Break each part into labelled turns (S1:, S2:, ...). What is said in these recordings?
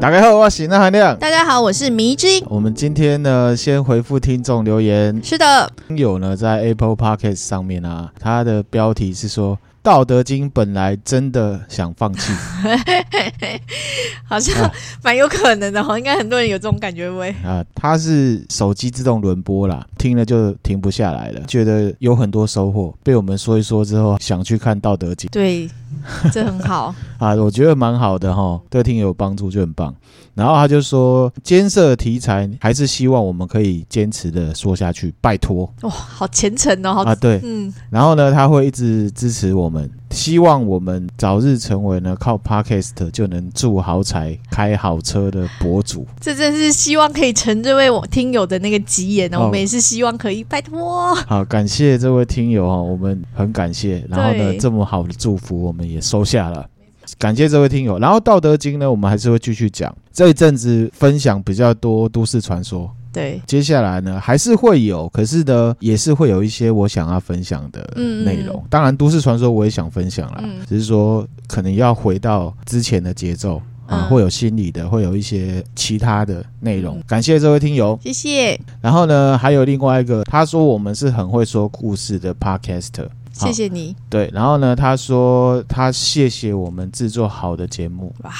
S1: 打开后，我喜那含量。
S2: 大家好，我是迷之音。
S1: 我们今天呢，先回复听众留言。
S2: 是的，
S1: 听友呢，在 Apple Podcast 上面啊，他的标题是说《道德经》本来真的想放弃，
S2: 好像
S1: 啊
S2: 蛮有可能的哦，应该很多人有这种感觉喂。
S1: 啊，它是手机自动轮播啦，听了就停不下来了，觉得有很多收获。被我们说一说之后，想去看《道德经
S2: 对，这很好。》
S1: 啊，我觉得蛮好的哈，对听友有帮助就很棒。然后他就说，艰涩的题材还是希望我们可以坚持的说下去，拜托
S2: 哇，好虔诚哦，好，
S1: 啊，对。
S2: 嗯，
S1: 然后呢，他会一直支持我们，希望我们早日成为呢靠 Podcast 就能住豪宅、开好车的博主。
S2: 这真是希望可以承这位我听友的那个吉言哦，
S1: 哦
S2: 我们也是希望可以，拜托。
S1: 好，感谢这位听友哦，我们很感谢。然后呢，
S2: 对
S1: 这么好的祝福我们也收下了。感谢这位听友。然后《道德经》呢，我们还是会继续讲。这一阵子分享比较多都市传说，
S2: 对，
S1: 接下来呢还是会有，可是呢也是会有一些我想要分享的内容。
S2: 嗯嗯
S1: 当然，都市传说我也想分享啦，
S2: 嗯
S1: 只是说可能要回到之前的节奏啊，
S2: 嗯
S1: 会有心理的，会有一些其他的内容。
S2: 嗯
S1: 感谢这位听友。
S2: 谢谢，
S1: 然后呢，还有另外一个，他说我们是很会说故事的 podcaster。好
S2: 谢谢你。
S1: 对，然后呢，他说他谢谢我们制作好的节目，
S2: 哇，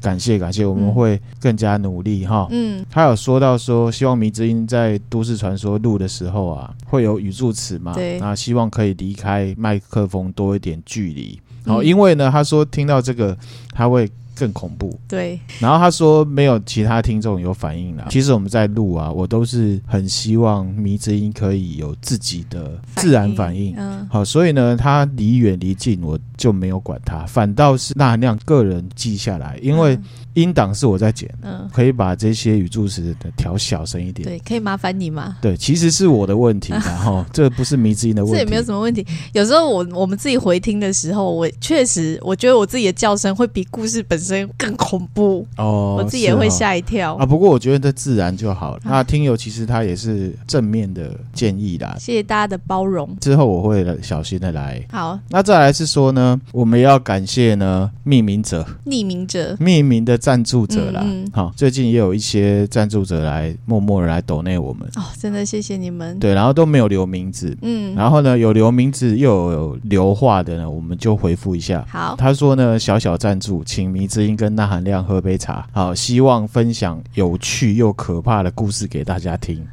S1: 感谢感谢，我们
S2: 嗯
S1: 会更加努力哈。
S2: 嗯，
S1: 他有说到说，希望迷之音在都市传说录的时候啊，会有语助词嘛，
S2: 对
S1: 那希望可以离开麦克风多一点距离。然后、
S2: 嗯
S1: 因为呢，他说听到这个他会更恐怖，
S2: 对，
S1: 然后他说没有其他听众有反
S2: 嗯
S1: 应啦。其实我们在录啊，我都是很希望迷之音可以有自己的自然反应。
S2: 嗯，
S1: 好，所以呢，他离远离近，我就没有管他，反倒是那亮个人记下来，因为
S2: 嗯
S1: 音档是我在剪，
S2: 嗯，嗯，
S1: 可以把这些语助词的调小声一点。
S2: 对，可以麻烦你吗？
S1: 对，其实是我的问 题啦，然后这不是迷之音的问
S2: 这
S1: 题。
S2: 也没有什么问题。有时候我我们自己回听的时候，我确实我觉得我自己的叫声会比故事本身更恐怖，
S1: 哦，
S2: 我自己也会
S1: 是哦
S2: 吓一啊跳。
S1: 啊。不过我觉得这自然就好了。那听友其实他也是正面的建议啦，
S2: 谢谢大家的包容。
S1: 之后我会小心的来。
S2: 好，
S1: 那再来是说呢，我们要感谢呢命名 者、
S2: 匿名者，
S1: 命名的赞助者啦。
S2: 嗯嗯
S1: 好，最近也有一些赞助者来默默的来抖内我们，
S2: 哦，真的谢谢你们。
S1: 对，啊然后都没有留名字，
S2: 嗯，
S1: 然后呢有留名字又有留话的呢，我们就回复一下。
S2: 好，
S1: 他说呢，小小赞助，请迷之音跟那含亮喝杯茶。好，希望分享有趣又可怕的故事给大家听，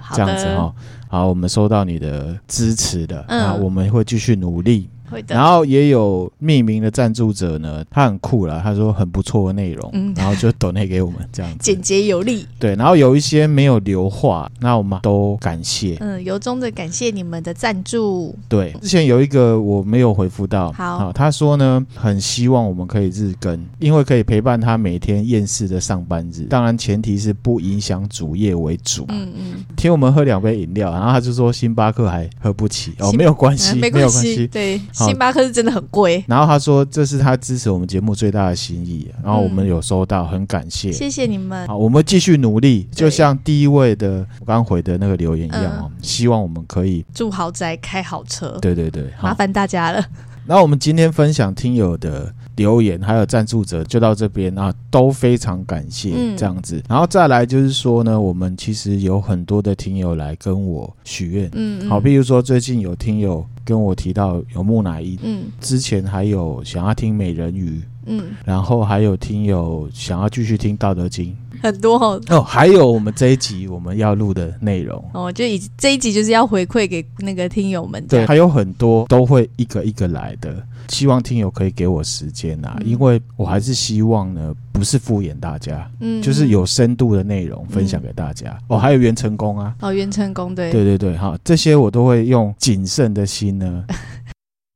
S2: 好
S1: 这样子哦
S2: 的，
S1: 哈、好，我们收到你的支持的，
S2: 嗯
S1: 那我们会继续努力。
S2: 会的。
S1: 然后也有匿名的赞助者呢，他很酷啦，他说很不错的内容，
S2: 嗯
S1: 然后就抖内给我们 这样子
S2: 简。洁有力，
S1: 对，然后有一些没有留话，那我们都感谢。
S2: 嗯，由衷的感谢你们的赞助，
S1: 对，之前有一个我没有回复到，
S2: 好
S1: 啊他说呢，很希望我们可以日更，因为可以陪伴他每天厌世的上班日，当然前提是不影响主业为主。
S2: 嗯嗯，
S1: 听我们喝两杯饮料，然后他就说星巴克还喝不起，哦，
S2: 星
S1: 没有关系，
S2: 嗯
S1: 没
S2: 没
S1: 有关
S2: 系，
S1: 系。
S2: 对，
S1: 好
S2: 星巴克是真的很贵，
S1: 然后他说这是他支持我们节目最大的心意，然后我们有收到，很感谢。
S2: 嗯谢谢你们，
S1: 好，我们继续努力，
S2: 对嗯
S1: 就像第一位的我刚回的那个留言一样哦，希望我们可以，
S2: 住豪宅开好车，
S1: 对对对，
S2: 麻
S1: 好。
S2: 烦大家了，
S1: 那我们今天分享听友的留言，还有赞助者，就到这边啊，都非常感谢、
S2: 嗯
S1: 这样子。然后再来就是说呢，我们其实有很多的听友来跟我许愿，
S2: 嗯，嗯
S1: 好，，比如说最近有听友跟我提到有木乃伊，
S2: 嗯
S1: 之前还有想要听美人鱼，
S2: 嗯，
S1: 然后还有听友想要继续听《道德经
S2: 很多哦，》
S1: 哦，还有我们这一集我们要录的内容，
S2: 哦，就以这一集就是要回馈给那个听友们，
S1: 对，，还有很多都会一个一个来的。希望听友可以给我时间啊，
S2: 嗯
S1: 因为我还是希望呢，不是敷衍大家，
S2: 嗯，
S1: 就是有深度的内容分享给大家。哦，还有袁成功啊，
S2: 哦，袁成功，对，
S1: 对对对，哈，这些我都会用谨慎的心 呢，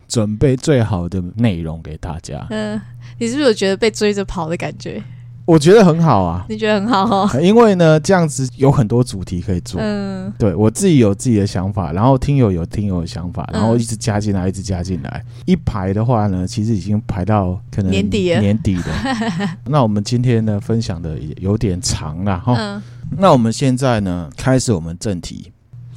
S1: 准备最好的内容给大家。
S2: 嗯，你是不是有觉得被追着跑的感觉？
S1: 我觉得很好啊，
S2: 你觉得很好 哦，
S1: 因为呢，这样子有很多主题可以做。
S2: 嗯，
S1: 对我自己有自己的想法，然后听友有听友的想法，然
S2: 嗯
S1: 后一直加进来，一直加进来。一排的话呢，其实已经排到可能
S2: 年底了
S1: 年底了。 那我们今天呢，分享的也有点长了哈。
S2: 嗯，
S1: 那我们现在呢，开始我们正题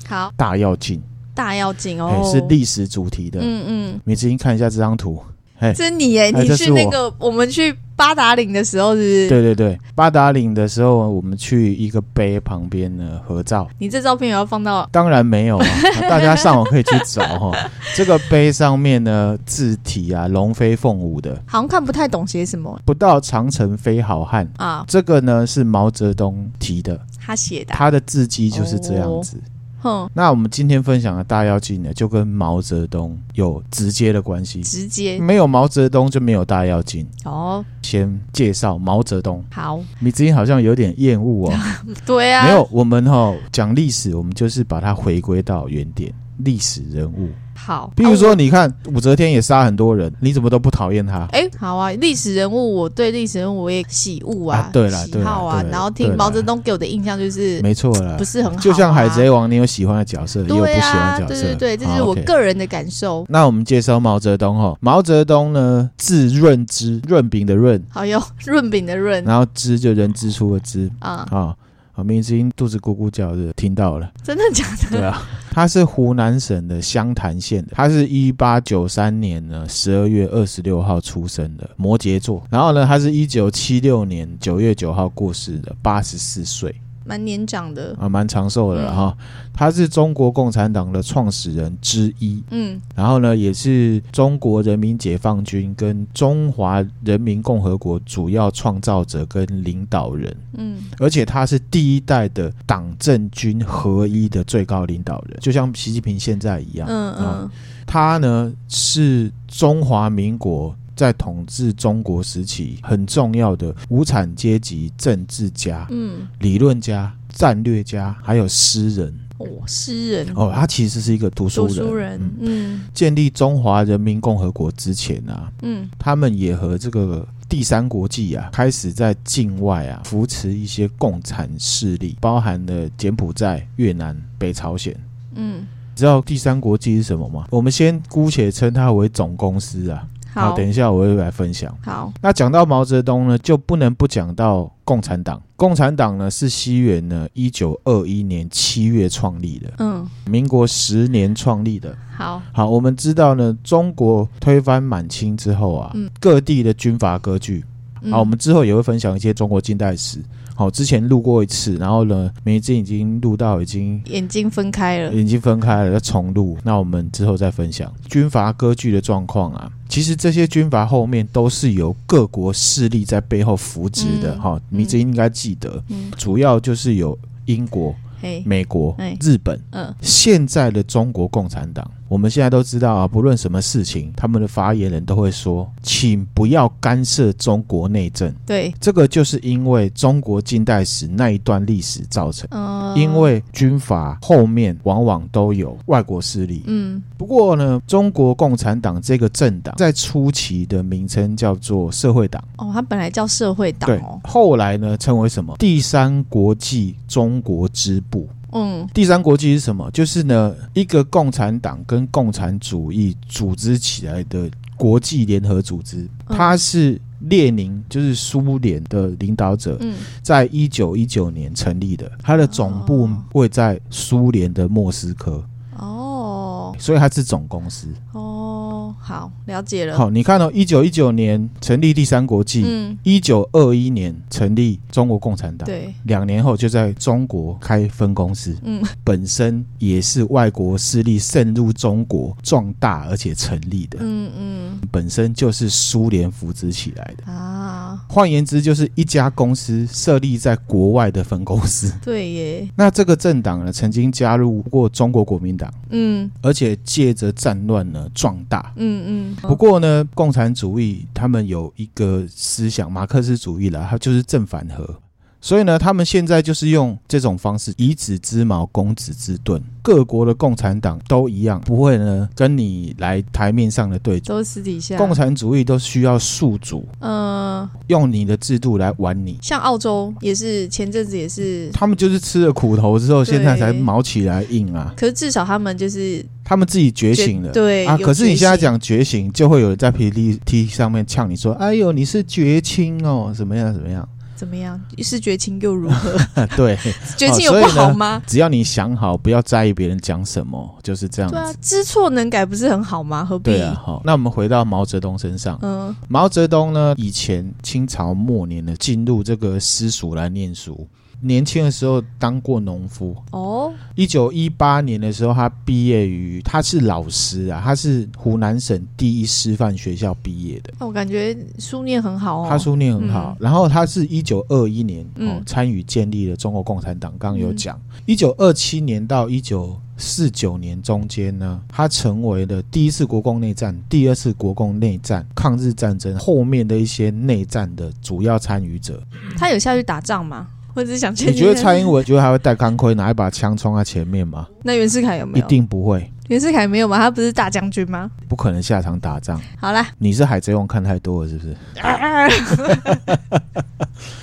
S2: 好，
S1: 大要进，
S2: 大要紧
S1: 哎、
S2: 哦，
S1: 是历史主题的。
S2: 嗯嗯。
S1: 米子英看一下这张图，
S2: 这是你耶，
S1: 哎
S2: 你
S1: 这是
S2: 去那个我们去八达岭的时候，是不是？
S1: 对对对，八达岭的时候，我们去一个碑旁边呢合照，
S2: 你这照片也要放到
S1: 当然没有啊， 大家上网可以去找哈、这个碑上面呢，字体啊龙飞凤舞的，
S2: 好像看不太懂写什么
S1: 不到长城非好汉。
S2: 啊，
S1: 这个呢是毛泽东提的，
S2: 他写的啊，哦
S1: 他的字迹就是这样子。
S2: 哼，
S1: 那我们今天分享的大跃进呢，就跟毛泽东有直接的关系，
S2: 直接
S1: 没有毛泽东就没有大跃进。
S2: 哦，
S1: 先介绍毛泽东，
S2: 好，
S1: 米子英好像有点厌恶哦。
S2: 对啊，
S1: 没有，我们哈、讲历史，我们就是把它回归到原点，历史人物。
S2: 好，
S1: 比如
S2: 啊，
S1: 说，你看武则天也杀很多人，你怎么都不讨厌她？
S2: 哎、好啊，历史人物，我对历史人物我也喜恶
S1: 啊对啦
S2: 喜
S1: 对啦
S2: 好啊
S1: 对，啦
S2: 然后
S1: 对
S2: 听
S1: 啦
S2: 毛泽东给我的印象就是
S1: 没错啦
S2: 呃不，是很好、啊，
S1: 就像海贼王，你有喜欢的角色，也有不
S2: 对
S1: 喜欢
S2: 啊，
S1: 的角
S2: 对
S1: 色。
S2: 对对，这是
S1: 好
S2: 我
S1: ，OK
S2: 个人的感受。
S1: 那我们介绍毛泽东哈，毛泽东呢，字润之，润饼的润，
S2: 好哟， 润饼的润
S1: 然后之就人之初的之
S2: 啊、
S1: 啊。啊，明之英肚子咕咕叫的，听到了。
S2: 真的假
S1: 对
S2: 的？
S1: 啊，他是湖南省的湘潭县的，他是一八九三年呢十二月二十六号出生的摩羯座，然后呢，他是一九七六年九月九号过世的，八十四岁。
S2: 蛮年长的，
S1: 啊，蛮长寿的了哈。他是中国共产党的创始人之一，
S2: 嗯，
S1: 然后呢，也是中国人民解放军跟中华人民共和国主要创造者跟领导人，
S2: 嗯，
S1: 而且他是第一代的党政军合一的最高领导人，就像习近平现在一样。
S2: 嗯嗯
S1: 啊，他呢是中华民国。在统治中国时期，很重要的无产阶级政治家、
S2: 嗯，
S1: 理论家、战略家，还有诗人。
S2: 哦，诗人，
S1: 哦，他其实是一个读书
S2: 读
S1: 人。
S2: 书人，
S1: 嗯
S2: 嗯
S1: 建立中华人民共和国之前啊，
S2: 嗯
S1: 他们也和这个第三国际啊，开始在境外啊扶持一些共产势力，包含了柬埔寨、越南、北朝鲜。
S2: 嗯，
S1: 你知道第三国际是什么吗？我们先姑且称它为总公司啊。
S2: 好
S1: 等一下我会来分享。
S2: 好，
S1: 那讲到毛泽东呢，就不能不讲到共产党。共产党呢是西元呢一九二一年七月创立的，
S2: 嗯
S1: 民国十年创立的。
S2: 好，
S1: 好，我们知道呢，中国推翻满清之后啊，
S2: 嗯
S1: 各地的军阀割据。
S2: 嗯
S1: 好，我们之后也会分享一些中国近代史。好，之前录过一次，然后呢，梅子已经录到已经
S2: 眼睛分开了，
S1: 已经分开了，要重录。那我们之后再分享军阀割据的状况啊。其实这些军阀后面都是由各国势力在背后扶植的。
S2: 嗯
S1: 哈、你这应该记得，
S2: 嗯，
S1: 主要就是有英国、
S2: 嘿，
S1: 美国
S2: 哎、
S1: 日本。
S2: 嗯
S1: 现在的中国共产党，我们现在都知道啊，不论什么事情，他们的发言人都会说，请不要干涉中国内政。
S2: 对，
S1: 这个就是因为中国近代史那一段历史造成。
S2: 嗯、
S1: 因为军阀后面往往都有外国势力。
S2: 嗯
S1: 不过呢，中国共产党这个政党在初期的名称叫做社会党，
S2: 哦，他本来叫社会党
S1: 对
S2: 哦，，
S1: 后来呢称为什么？第三国际中国支部。
S2: 嗯
S1: 第三国际是什么？就是呢，一个共产党跟共产主义组织起来的国际联合组织，
S2: 嗯
S1: 它是列宁，就是苏联的领导者，
S2: 嗯
S1: 在一九一九年成立的，它的总部
S2: 哦
S1: 会在苏联的莫斯科，
S2: 哦
S1: 所以它是总公司。
S2: 哦，好，了解了，
S1: 好，你看哦，一九一九年成立第三国际，
S2: 嗯，
S1: 一九二一年成立中国共产党。
S2: 对，
S1: 两年后就在中国开分公司，
S2: 嗯，
S1: 本身也是外国势力渗入中国壮大而且成立的，
S2: 嗯嗯
S1: 本身就是苏联扶植起来的。
S2: 啊，
S1: 换言之，就是一家公司设立在国外的分公司。
S2: 对耶，
S1: 那这个政党呢，曾经加入过中国国民党，
S2: 嗯
S1: 而且借着战乱呢壮大。
S2: 嗯嗯，
S1: 不过呢，共产主义他们有一个思想，马克思主义啦，它就是正反合。所以呢，他们现在就是用这种方式，以子之矛攻子之盾。各国的共产党都一样，不会呢跟你来台面上的对决。
S2: 都私底下，
S1: 共产主义都需要宿主，
S2: 嗯、
S1: 用你的制度来玩你。
S2: 像澳洲也是前阵子也是，
S1: 他们就是吃了苦头之后，
S2: 对
S1: 现在才毛起来硬啊！
S2: 可是至少他们就是
S1: 他们自己觉
S2: 觉
S1: 醒了。
S2: 对
S1: 啊，
S2: 有
S1: 可是你
S2: 觉
S1: 现在
S2: 醒
S1: 讲觉醒，就会有人在 PPT 上面呛你说：“哎呦，你是绝青哦，怎么样怎么样？”
S2: 怎么样？是绝情又如 何？
S1: 对，
S2: 绝情有
S1: 啊所以
S2: 不
S1: 呢
S2: 好吗？
S1: 只要你想好，不要在意别人讲什么，就是这样
S2: 对啊
S1: 子。，
S2: 知错能改不是很好吗？何
S1: 嗯
S2: 必？
S1: 对啊，好，那我们回到毛泽东身上。
S2: 嗯
S1: 毛泽东呢，以前清朝末年呢，进入这个私塾来念书。年轻的时候当过农夫，
S2: 哦，
S1: 一九一八年的时候，他毕业于他是老师啊，他是湖南省第一师范学校毕业的，
S2: 那我感觉书念很好哦。
S1: 他书念很好。然后他是一九二一年哦
S2: 嗯
S1: 参与建立了中国共产党，刚刚有讲。一九二七年到一九四九年中间呢，他成为了第一次国共内战、第二次国共内战、抗日战争后面的一些内战的主要参与者。
S2: 他有下去打仗吗？我只是想确定
S1: 你觉得蔡英文觉得还会戴钢盔拿一把枪冲他前面吗？
S2: 那袁世凯有没
S1: 一
S2: 有？
S1: 定不会，
S2: 袁世凯没有吗？他不是大将军吗？
S1: 不可能下场打仗。
S2: 好啦，
S1: 你是海贼王看太多了，是不是？
S2: 啊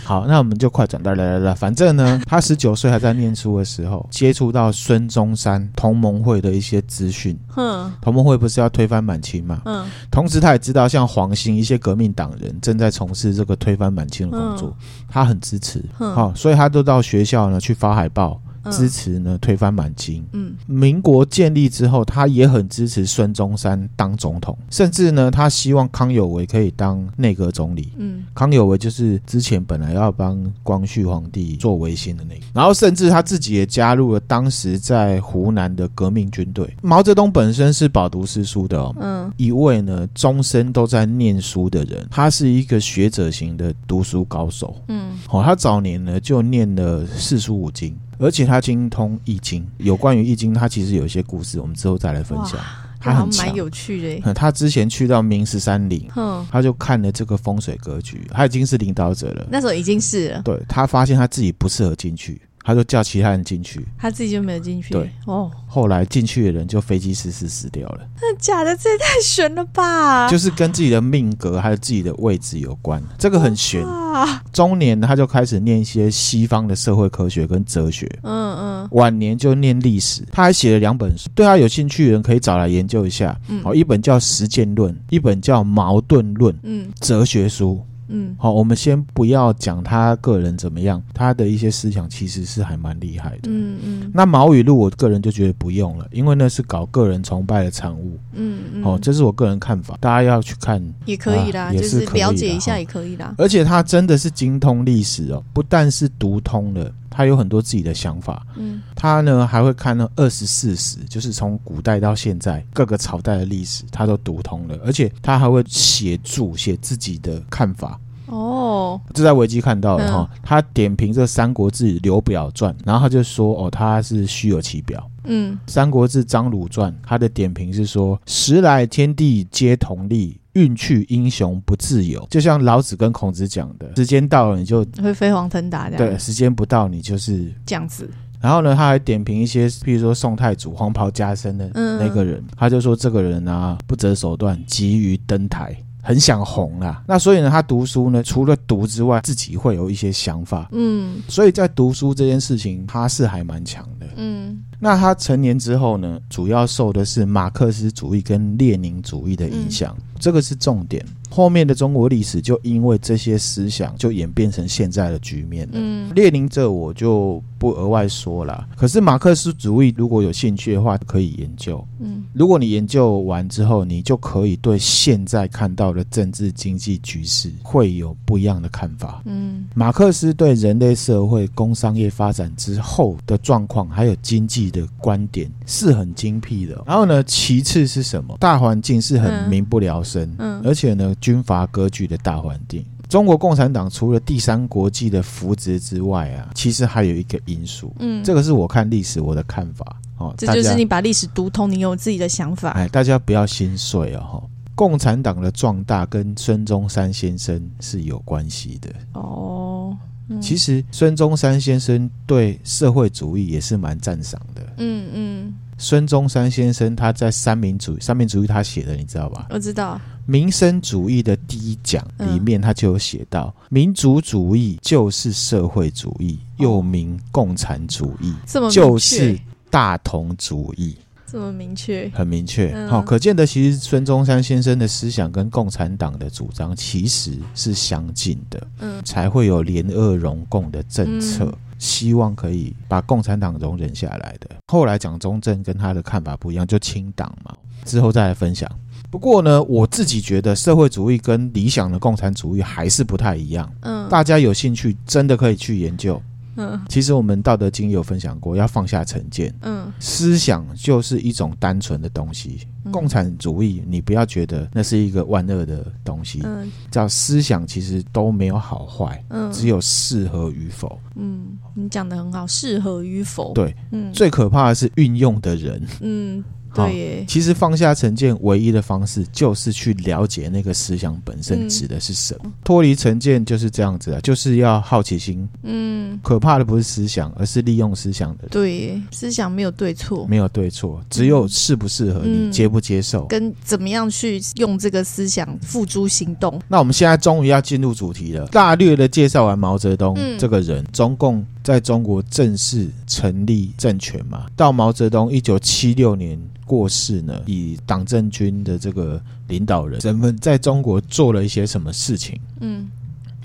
S1: 好，那我们就快转到来来来，反正 呢，他十九岁还在念书的时候，接触到孙中山同盟会的一些资讯。
S2: 哼
S1: 同盟会不是要推翻满清嘛？
S2: 嗯
S1: 同时，他也知道像黄兴一些革命党人正在从事这个推翻满清的工作，他很支持。
S2: 嗯
S1: 好、所以他都到学校呢去发海报，支
S2: 嗯
S1: 持呢推翻满清。
S2: 嗯
S1: 民国建立之后，他也很支持孙中山当总统，甚至呢，他希望康有为可以当内阁总理。
S2: 嗯
S1: 康有为就是之前本来要帮光绪皇帝做维新的那个，然后甚至他自己也加入了当时在湖南的革命军队。毛泽东本身是饱读诗书的、哦。
S2: 嗯
S1: 一位呢，终身都在念书的人，他是一个学者型的读书高手。
S2: 嗯
S1: 哦，他早年呢就念了四书五经，而且他精通易经。有关于易经，他其实有一些故事，我们之后再来分享。他
S2: 好
S1: 很
S2: 像
S1: 强
S2: 蛮。有趣的耶。欸
S1: 嗯他之前去到明十三陵，
S2: 哼，
S1: 他就看了这个风水格局，他已经是领导者了。
S2: 那时候已经是了，
S1: 对他发现他自己不适合进去，他就叫其他人进去。
S2: 他自己就没有进去。
S1: 对
S2: 哦，
S1: 后来进去的人就飞机失事死掉了，
S2: 真的假的？这也太悬了吧！
S1: 就是跟自己的命格还有自己的位置有关，这个很玄。
S2: 啊，
S1: 中年他就开始念一些西方的社会科学跟哲学，
S2: 嗯嗯
S1: 晚年就念历史，他还写了两本书，对他有兴趣的人可以找来研究一下。哦
S2: 嗯
S1: 好，一本叫《实践论》，一本叫《矛盾论》，
S2: 嗯
S1: 哲学书。
S2: 嗯
S1: 好，我们先不要讲他个人怎么样，他的一些思想其实是还蛮厉害的。
S2: 嗯嗯
S1: 那毛语录，我个人就觉得不用了，因为那是搞个人崇拜的产物。
S2: 嗯嗯，
S1: 哦，这是我个人看法，大家要去看。
S2: 也可以
S1: 啊
S2: 啦，
S1: 也
S2: 就是
S1: 可以啦
S2: 了解一
S1: 哈
S2: 下也可以啦。
S1: 而且他真的是精通历史哦，不但是读通了，他有很多自己的想法。
S2: 嗯
S1: 他呢还会看那二十四史，就是从古代到现在各个朝代的历史，他都读通了，而且他还会写注，写自己的看法。
S2: 哦，
S1: 这在维基看到了
S2: 嗯
S1: 哈、他点评这《三国志·刘表传》，然后他就说哦，他是虚有其表。
S2: 嗯
S1: 《三国志·张鲁传》他的点评是说：“时来天地皆同力，运去英雄不自由。”就像老子跟孔子讲的，时间到了你就
S2: 会飞黄腾达这
S1: 对，
S2: 样
S1: 时间不到你就是
S2: 这样子。
S1: 然后呢，他还点评一些，譬如说宋太祖黄袍加身的
S2: 嗯
S1: 那个人，他就说这个人啊不择手段，急于登台，很想红啦、那所以呢，他读书呢，除了读之外，自己会有一些想法，
S2: 嗯
S1: 所以在读书这件事情，他是还蛮强的。
S2: 嗯
S1: 那他成年之后呢，主要受的是马克思主义跟列宁主义的影响，这个是重点。后面的中国历史就因为这些思想，就演变成现在的局面了。
S2: 嗯
S1: 列宁这我就不额外说了，可是马克思主义如果有兴趣的话，可以研究。
S2: 嗯
S1: 如果你研究完之后，你就可以对现在看到的政治经济局势会有不一样的看法。
S2: 嗯
S1: 马克思对人类社会、工商业发展之后的状况，还有经济的观点是很精辟的。然后呢，其次是什么？大环境是很
S2: 嗯
S1: 民不聊生，
S2: 嗯
S1: 而且呢，军阀割据的大环境。中国共产党除了第三国际的扶植之外啊，其实还有一个因素，
S2: 嗯，
S1: 这个是我看历史我的看法哦。
S2: 这
S1: 大
S2: 就是
S1: 家
S2: 你把历史读通，你有自己的想法。
S1: 哎，大家不要心碎哦。哈共产党的壮大跟孙中山先生是有关系的。
S2: 哦，
S1: 其实孙中山先生对社会主义也是蛮赞赏的。
S2: 嗯嗯，
S1: 孙中山先生他在三民主义，三民主义他写的你知道吧？
S2: 我知道。
S1: 民生主义的第一讲
S2: 嗯
S1: 里面他就有写到，民族主义就是社会主义，又名共产主义，
S2: 哦这么明确
S1: 就是大同主义。
S2: 这这么明确，
S1: 很明确。
S2: 嗯
S1: 好、可见的，其实孙中山先生的思想跟共产党的主张其实是相近的，
S2: 嗯
S1: 才会有联俄容共的政策。
S2: 嗯
S1: 希望可以把共产党容忍下来的。后来蒋中正跟他的看法不一样，就清党嘛。之后再来分享。不过呢，我自己觉得社会主义跟理想的共产主义还是不太一样。
S2: 嗯
S1: 大家有兴趣，真的可以去研究。
S2: 嗯
S1: 其实我们《道德经》有分享过，要放下成见，
S2: 嗯，
S1: 思想就是一种单纯的东西。
S2: 嗯
S1: 共产主义，你不要觉得那是一个万恶的东西，
S2: 嗯
S1: 叫思想其实都没有好坏，
S2: 嗯
S1: 只有适合与否。
S2: 嗯，你讲的很好，适合与否，
S1: 对，啊
S2: 嗯
S1: 最可怕的是运用的人。
S2: 嗯
S1: 好
S2: 对耶，
S1: 其实放下成见唯一的方式，就是去了解那个思想本身
S2: 嗯
S1: 指的是什么。脱离成见就是这样子啊，就是要好奇心。
S2: 嗯
S1: 可怕的不是思想，而是利用思想的人。
S2: 对耶，思想没有对错，
S1: 没有对错，只有适不适合你，
S2: 嗯
S1: 接不接受。
S2: 跟怎么样去用这个思想付诸行动，
S1: 那我们现在终于要进入主题了，大略的介绍完毛泽东
S2: 嗯
S1: 这个人，中共在中国正式成立政权嘛，到毛泽东一九七六年过世呢，以党政军的这个领导人身份，在中国做了一些什么事情？
S2: 嗯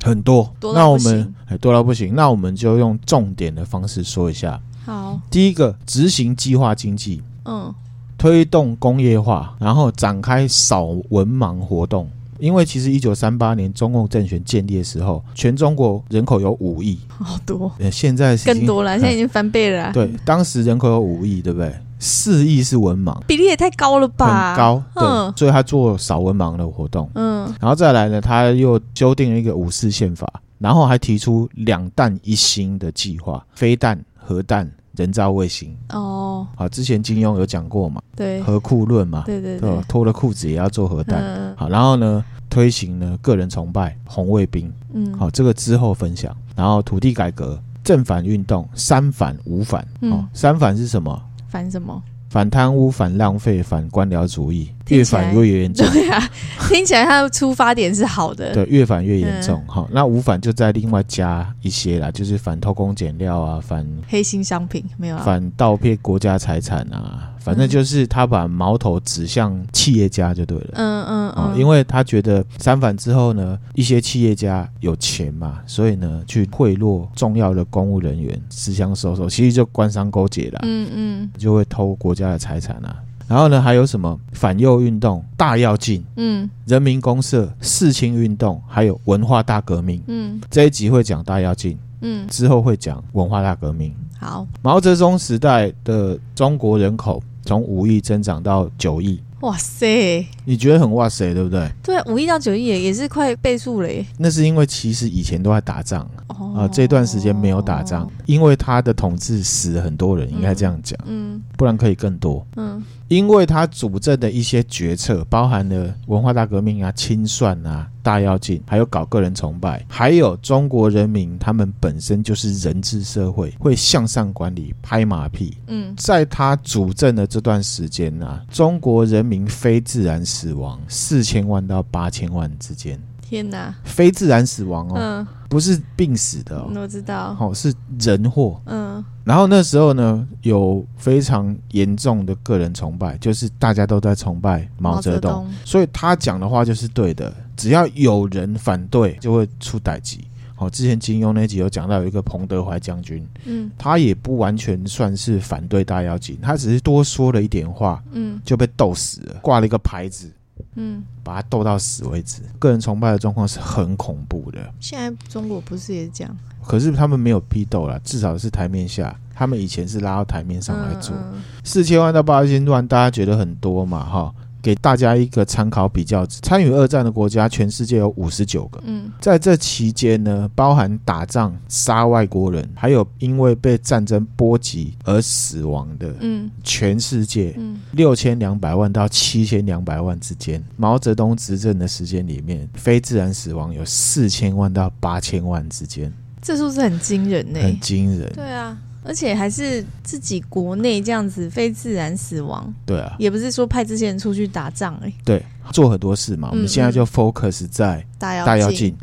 S1: 很多，
S2: 多
S1: 那
S2: 到
S1: 我
S2: 不行
S1: 们哎多到不行，那我们就用重点的方式说一下。
S2: 好，
S1: 第一个，执行计划经济，
S2: 嗯
S1: 推动工业化，然后展开扫文盲活动。因为其实一九三八年中共政权建立的时候，全中国人口有五亿，
S2: 好多
S1: 呃，现在是已经
S2: 更多了，现在已经翻倍了啊，
S1: 对，当时人口有五亿，对不对？四亿是文盲，
S2: 比例也太高了吧，
S1: 很，高，
S2: 嗯
S1: 对，所以他做扫文盲的活动。
S2: 嗯
S1: 然后再来呢，他又修订了一个五四宪法，然后还提出两弹一星的计划，飞弹、核弹、人造卫星。
S2: 哦，
S1: 好，之前金庸有讲过嘛，
S2: 对
S1: 核库论嘛，
S2: 对对
S1: 对吧
S2: 对，
S1: 脱了裤子也要做核弹。
S2: 嗯
S1: 好，然后呢，推行呢个人崇拜、红卫兵，
S2: 嗯
S1: 好，这个之后分享。然后土地改革、正反运动、三反五反，
S2: 嗯
S1: 哦，三反是什么？
S2: 烦什么？
S1: 反贪污、反浪费、反官僚主义，越
S2: 听起来
S1: 反越 严重。
S2: 对啊，听起来他的出发点是好的，
S1: 对，越反越严
S2: 嗯
S1: 重。好、那五反就再另外加一些啦，就是反偷工减料啊，反
S2: 黑心商品没有啊？
S1: 反盗窃国家财产啊，反
S2: 嗯
S1: 正就是他把矛头指向企业家就对了。
S2: 嗯嗯
S1: 啊、
S2: 嗯，
S1: 因
S2: 为
S1: 为他觉得三反之后呢，一些企业家有钱嘛，所以呢去贿赂重要的公务人员，私相授受，其实就官商勾结啦，
S2: 嗯嗯
S1: 就会偷国家的财产啊。然后呢，还有什么反右运动、大跃进、
S2: 嗯
S1: 人民公社、四清运动，还有文化大革命。
S2: 嗯
S1: 这一集会讲大跃进，
S2: 嗯，
S1: 之后会讲文化大革命。
S2: 好
S1: 毛泽东时代的中国人口从五亿增长到九亿，
S2: 哇塞，
S1: 你觉得很哇塞，对不对？
S2: 对啊，五亿到九亿也也是快倍数嘞。
S1: 那是因为其实以前都在打仗
S2: 哦
S1: 啊、这段时间没有打仗，，因为他的统治死了很多人，应该这样讲，
S2: 嗯
S1: 不然可以更多。
S2: 嗯
S1: 因为他主政的一些决策，包含了文化大革命啊、清算啊、大跃进，还有搞个人崇拜，还有中国人民他们本身就是人治社会，会向上管理、拍马屁。
S2: 嗯，
S1: 在他主政的这段时间啊，中国人民非自然死亡四千万到八千万之间，
S2: 天哪，
S1: 非自然死亡哦，
S2: 嗯，
S1: 不是病死的哦，
S2: 我知道，
S1: 好、是人祸。
S2: 嗯
S1: 然后那时候呢，有非常严重的个人崇拜，就是大家都在崇拜毛泽东，
S2: 毛泽东
S1: 所以他讲的话就是对的。只要有人反对，就会出歹疾。好、之前金庸那集有讲到有一个彭德怀将军，
S2: 嗯
S1: 他也不完全算是反对大妖精，他只是多说了一点话
S2: 嗯
S1: 就被斗死了，挂了一个牌子，
S2: 嗯，
S1: 把他斗到死为止。个人崇拜的状况是很恐怖的。
S2: 现在中国不是也这样
S1: 可是他们没有批斗啦，至少是台面下。他们以前是拉到台面上来做，
S2: 嗯
S1: 四千万到八千万，大家觉得很多嘛？哈，给大家一个参考比较值。参与二战的国家，全世界有五十九个。
S2: 嗯
S1: 在这期间呢，包含打仗、杀外国人，还有因为被战争波及而死亡的，
S2: 嗯
S1: 全世界
S2: 嗯
S1: 六千两百万到七千两百万之间。毛泽东执政的时间里面，非自然死亡有四千万到八千万之间，
S2: 嗯，这数字很惊人呢。
S1: 很惊人。
S2: 对啊，而且还是自己国内这样子非自然死亡，
S1: 对啊，
S2: 也不是说派这些人出去打仗哎、
S1: 对，做很多事嘛。我们
S2: 嗯
S1: 现在就 focus 在
S2: 大
S1: 大
S2: 妖
S1: 跃
S2: 精，
S1: 进。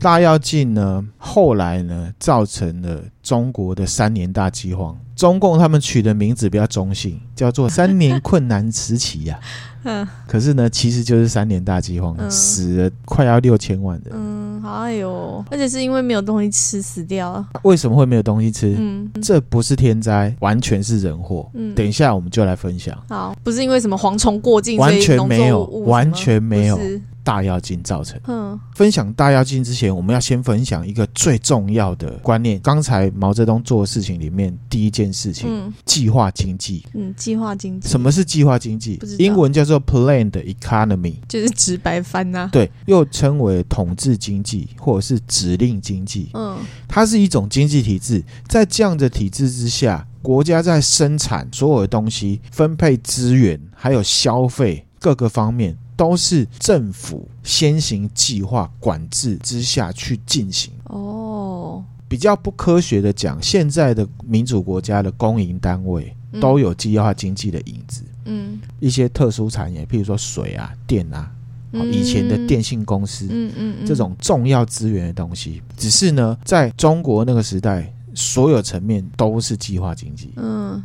S1: 大跃进呢，后来呢，造成了中国的三年大饥荒。中共他们取的名字比较中性，叫 做“三年困难时期”呀。
S2: 嗯
S1: 可是呢，其实就是三年大饥荒，
S2: 嗯
S1: 死了快要六千万人。
S2: 嗯，哎呦，而且是因为没有东西吃死掉了。
S1: 为什么会没有东西吃？
S2: 嗯
S1: 这不是天灾，完全是人祸。
S2: 嗯，
S1: 等一下我们就来分享。
S2: 好，不是因为什么蝗虫过境，
S1: 完
S2: 所以
S1: 全
S2: 农作
S1: 没有
S2: 物什么
S1: 完全没有
S2: 不是
S1: 大跃进造成。
S2: 嗯
S1: 分享大跃进之前，我们要先分享一个最重要的观念。刚才毛泽东做的事情里面，第一件事情，
S2: 嗯
S1: 计划经济。
S2: 嗯，计划经济
S1: 什么是计划经济
S2: 不知？道
S1: 英文叫做 planned economy，
S2: 就是直白翻啊呐、
S1: 对，又称为统治经济或者是指令经济。
S2: 嗯
S1: 它是一种经济体制，在这样的体制之下，国家在生产所有的东西、分配资源，还有消费各个方面，都是政府先行计划管制之下去进行。
S2: 哦，
S1: 比较不科学的讲，现在的民主国家的公营单位
S2: 嗯
S1: 都有计划经济的影子。
S2: 嗯
S1: 一些特殊产业，譬如说水啊、电啊，哦
S2: 嗯
S1: 以前的电信公司，
S2: 嗯嗯嗯
S1: 这种重要资源的东西。只是呢，在中国那个时代，所有层面都是计划经济。
S2: 嗯，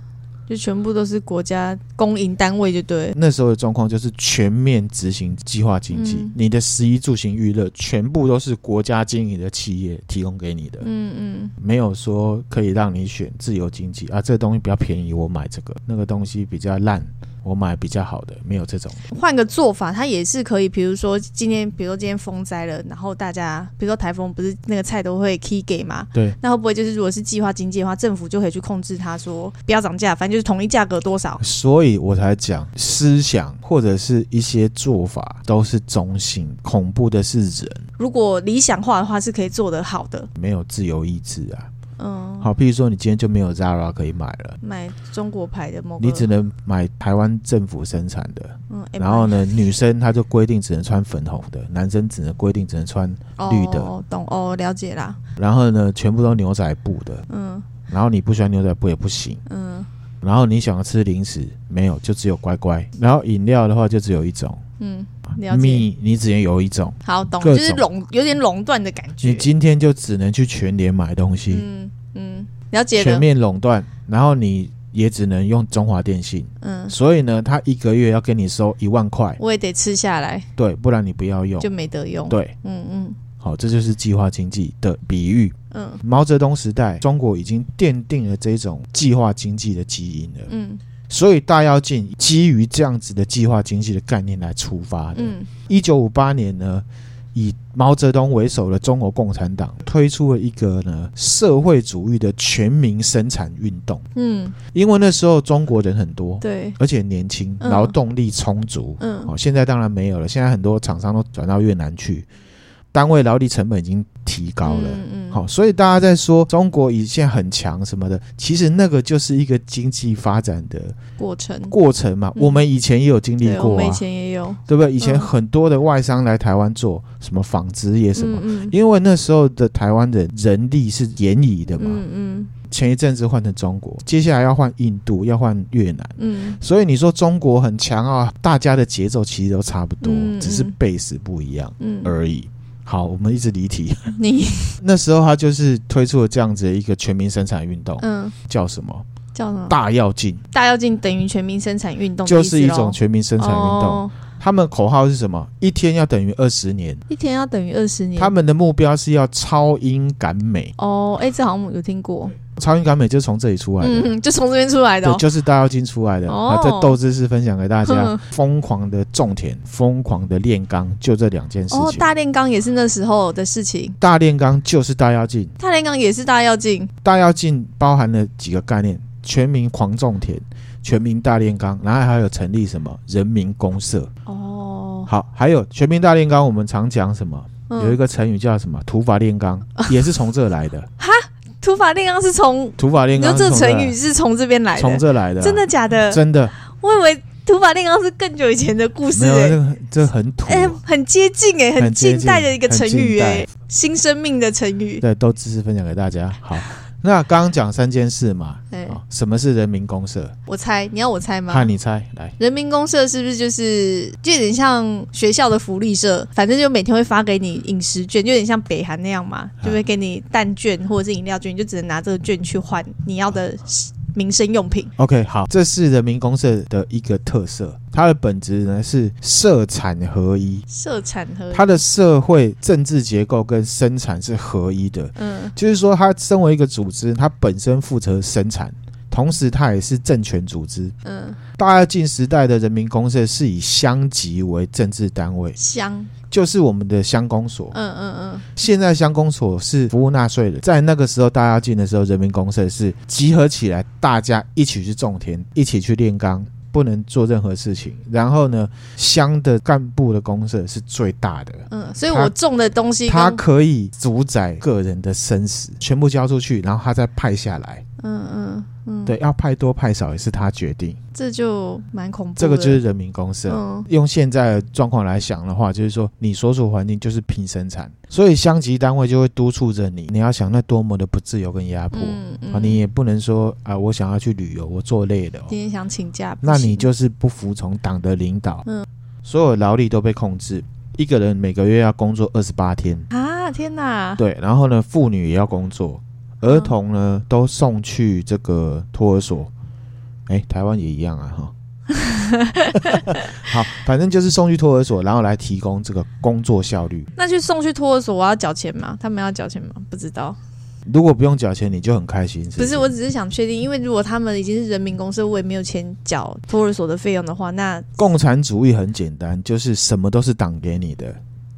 S2: 就全部都是国家公营单位就对了，
S1: 那时候的状况就是全面执行计划经济，
S2: 嗯
S1: 你的食衣住行娱乐全部都是国家经营的企业提供给你的，
S2: 嗯嗯
S1: 没有说可以让你选自由经济啊，这个东西比较便宜，我买这个；那个东西比较烂，我买比较好的，没有这种。
S2: 换个做法，它也是可以，比如说今天，比如说今天风灾了，然后大家，比如说台风，不是那个菜都会 key 给嘛？
S1: 对。
S2: 那会不会就是如果是计划经济的话，政府就可以去控制它，说不要涨价，反正就是统一价格多少？
S1: 所以我才讲，思想或者是一些做法都是中性，恐怖的是人
S2: 如果理想化的话，是可以做得好的。
S1: 没有自由意志啊。
S2: 嗯，
S1: 好，譬如说你今天就没有 Zara 可以买了，
S2: 买中国牌的某个，
S1: 你只能买台湾政府生产的。
S2: 嗯，
S1: 然后呢，女生她就规定只能穿粉红的，男生只能规定只能穿，
S2: 哦
S1: 绿的
S2: 懂哦，了解啦，
S1: 然后呢，全部都牛仔布的。
S2: 嗯
S1: 然后你不喜欢牛仔布也不行。
S2: 嗯
S1: 然后你想要吃零食没有，就只有乖乖。然后饮料的话就只有一种，
S2: 嗯，了解，
S1: 蜜你只能有一种。
S2: 好懂，
S1: 各
S2: 就是
S1: 种
S2: 垄有点垄断的感
S1: 你
S2: 觉，
S1: 今天就只能去全联买东西。
S2: 嗯嗯，了解
S1: 全
S2: 了，
S1: 面垄断，然后你也只能用中华电信，
S2: 嗯，
S1: 所以呢，他一个月要跟你收一万块，
S2: 我也得吃下来，
S1: 对，不然你不要用
S2: 就，没得用，，
S1: 对，
S2: 嗯嗯
S1: 好，这就是计划经济的比喻。
S2: 嗯
S1: 毛泽东时代，中国已经奠定了这种计划经济的基因了，
S2: 嗯
S1: 所以大跃进基于这样子的计划经济的概念来出发的。
S2: 嗯
S1: 一九五八年呢，以毛泽东为首的中国共产党推出了一个呢社会主义的全民生产运动，
S2: 嗯，
S1: 因为那时候中国人很多，
S2: 对，
S1: 而且年轻，
S2: 嗯
S1: 劳动力充足。
S2: 嗯
S1: 哦，现在当然没有了，现在很多厂商都转到越南去，单位劳力成本已经提高了。
S2: 嗯嗯，
S1: 好、所以大家在说中国以现在很强什么的，其实那个就是一个经济发展的
S2: 过程，
S1: 过程嘛。
S2: 嗯
S1: 我们以前也有经历
S2: 对，我
S1: 过
S2: 们以
S1: 啊，
S2: 前也有，
S1: 对不对？以前
S2: 嗯
S1: 很多的外商来台湾做什么纺织业什么，
S2: 嗯嗯
S1: 因为那时候的台湾人人力是严以的嘛。
S2: 嗯
S1: 前一阵子换成中国，接下来要换印度，要换越南。
S2: 嗯
S1: 所以你说中国很强啊，大家的节奏其实都差不多，
S2: 嗯
S1: 只是
S2: 嗯
S1: base 不一样
S2: 嗯嗯，
S1: 而已。好，我们一直离题。
S2: 你
S1: 那时候他就是推出了这样子的一个全民生产运动，
S2: 嗯
S1: 叫什么
S2: 叫什么？
S1: 大跃进，
S2: 大跃进等于全民生产运动的
S1: 就
S2: 意思咯，
S1: 是一种全民生产运动。
S2: 哦
S1: 他们口号是什么？一天要等于二十年。
S2: 一天要等于二十年。
S1: 他们的目标是要超英赶美，
S2: 哦，哎、这好像有听过，
S1: 超英赶美就是从这里出来的。
S2: 嗯， 就从这边出来的、
S1: 对
S2: 哦，。
S1: 就是大跃进出来的。
S2: 哦嗯
S1: 啊，这豆知识分享给大家
S2: 哼，
S1: 疯狂的种田，疯狂的炼钢，就这两件事
S2: 哦，
S1: 情。
S2: 大炼钢也是那时候的事情，
S1: 大炼钢就是大跃进，
S2: 大炼钢也是大跃进，
S1: 大跃进包含了几个概念：全民狂种田、全民大炼钢，然后还有成立什么人民公社。
S2: 哦，嗯
S1: 好，还有全民大炼钢，我们常讲什么？有一
S2: 个
S1: 个成语叫什么？土法炼钢，也是从这来的。
S2: 土法炼钢是从，
S1: 土法炼
S2: 你说
S1: 钢
S2: 这
S1: 是
S2: 个
S1: 从这
S2: 成
S1: 来
S2: 语
S1: 的，
S2: 是从这边来的，
S1: 从这来的啊，
S2: 真的假的？
S1: 真的
S2: 我以为土法炼钢 是更久以前的故事、
S1: 没有这
S2: 欸，
S1: 个这很土。
S2: 哎、很接近哎、
S1: 很
S2: 很
S1: 接近
S2: 近代的一个成语哎、
S1: 很近
S2: 新生命的成语，
S1: 对，都知识分享给大家。好，那刚刚讲三件事嘛，
S2: 对
S1: 啊、什么是人民公社？
S2: 哎我猜，你要我猜吗？
S1: 看你猜来。
S2: 人民公社是不是就是就有点像学校的福利社？反正就每天会发给你饮食券，就有点像北韩那样嘛，
S1: 啊
S2: 就会给你蛋券或者是饮料券，你就只能拿这个券去换你要的
S1: 啊
S2: 民生用品。
S1: OK，好，这是人民公社的一个特色，它的本质呢是社产合一，
S2: 社产和
S1: 它的社会政治结构跟生产是合一的，
S2: 嗯
S1: 就是说，它身为一个组织，它本身负责生产，同时它也是政权组织。
S2: 嗯
S1: 大跃进时代的人民公社是以乡级为政治单位，
S2: 香
S1: 就是我们的乡公所。
S2: 嗯嗯嗯
S1: 现在乡公所是服务纳税人，在那个时候大跃进的时候，人民公社是集合起来，大家一起去种田，一起去炼钢。不能做任何事情。然后呢，乡的干部的公社是最大的，
S2: 嗯，所以
S1: 他
S2: 我种的东西
S1: 它
S2: 跟
S1: 可以主宰个人的生死，全部交出去，然后他再派下来。
S2: 嗯嗯嗯，
S1: 对，，要派多派少也是他决定，
S2: 这就蛮恐怖的。
S1: 这个就是人民公社。
S2: 嗯
S1: 用现在的状况来想的话，就是说你所属环境就是拼生产，所以乡级单位就会督促着你，你要想那多么的不自由跟压迫、
S2: 嗯嗯，
S1: 啊！你也不能说啊，我想要去旅游，我做累了哦、
S2: 今天想请假，不
S1: 那你
S2: 行
S1: 就是不服从党的领导，
S2: 嗯
S1: 所有劳力都被控制，一个人每个月要工作二十八天，
S2: 啊天 哪，
S1: 对，然后呢，妇女也要工作，儿童
S2: 嗯
S1: 呢都送去这个托儿所，哎，台湾也一样啊 哈。好，反正就是送去托儿所，然后来提供这个工作效率。
S2: 那去送去托儿所，我要缴钱吗？他们要缴钱吗？不知道。
S1: 如果不用缴钱，你就很开心。是
S2: 不
S1: 不
S2: 是，我只是想确定，因为如果他们已经是人民公社，我也没有钱缴托儿所的费用的话，那、
S1: 共产主义很简单，就是什么都是党给你的，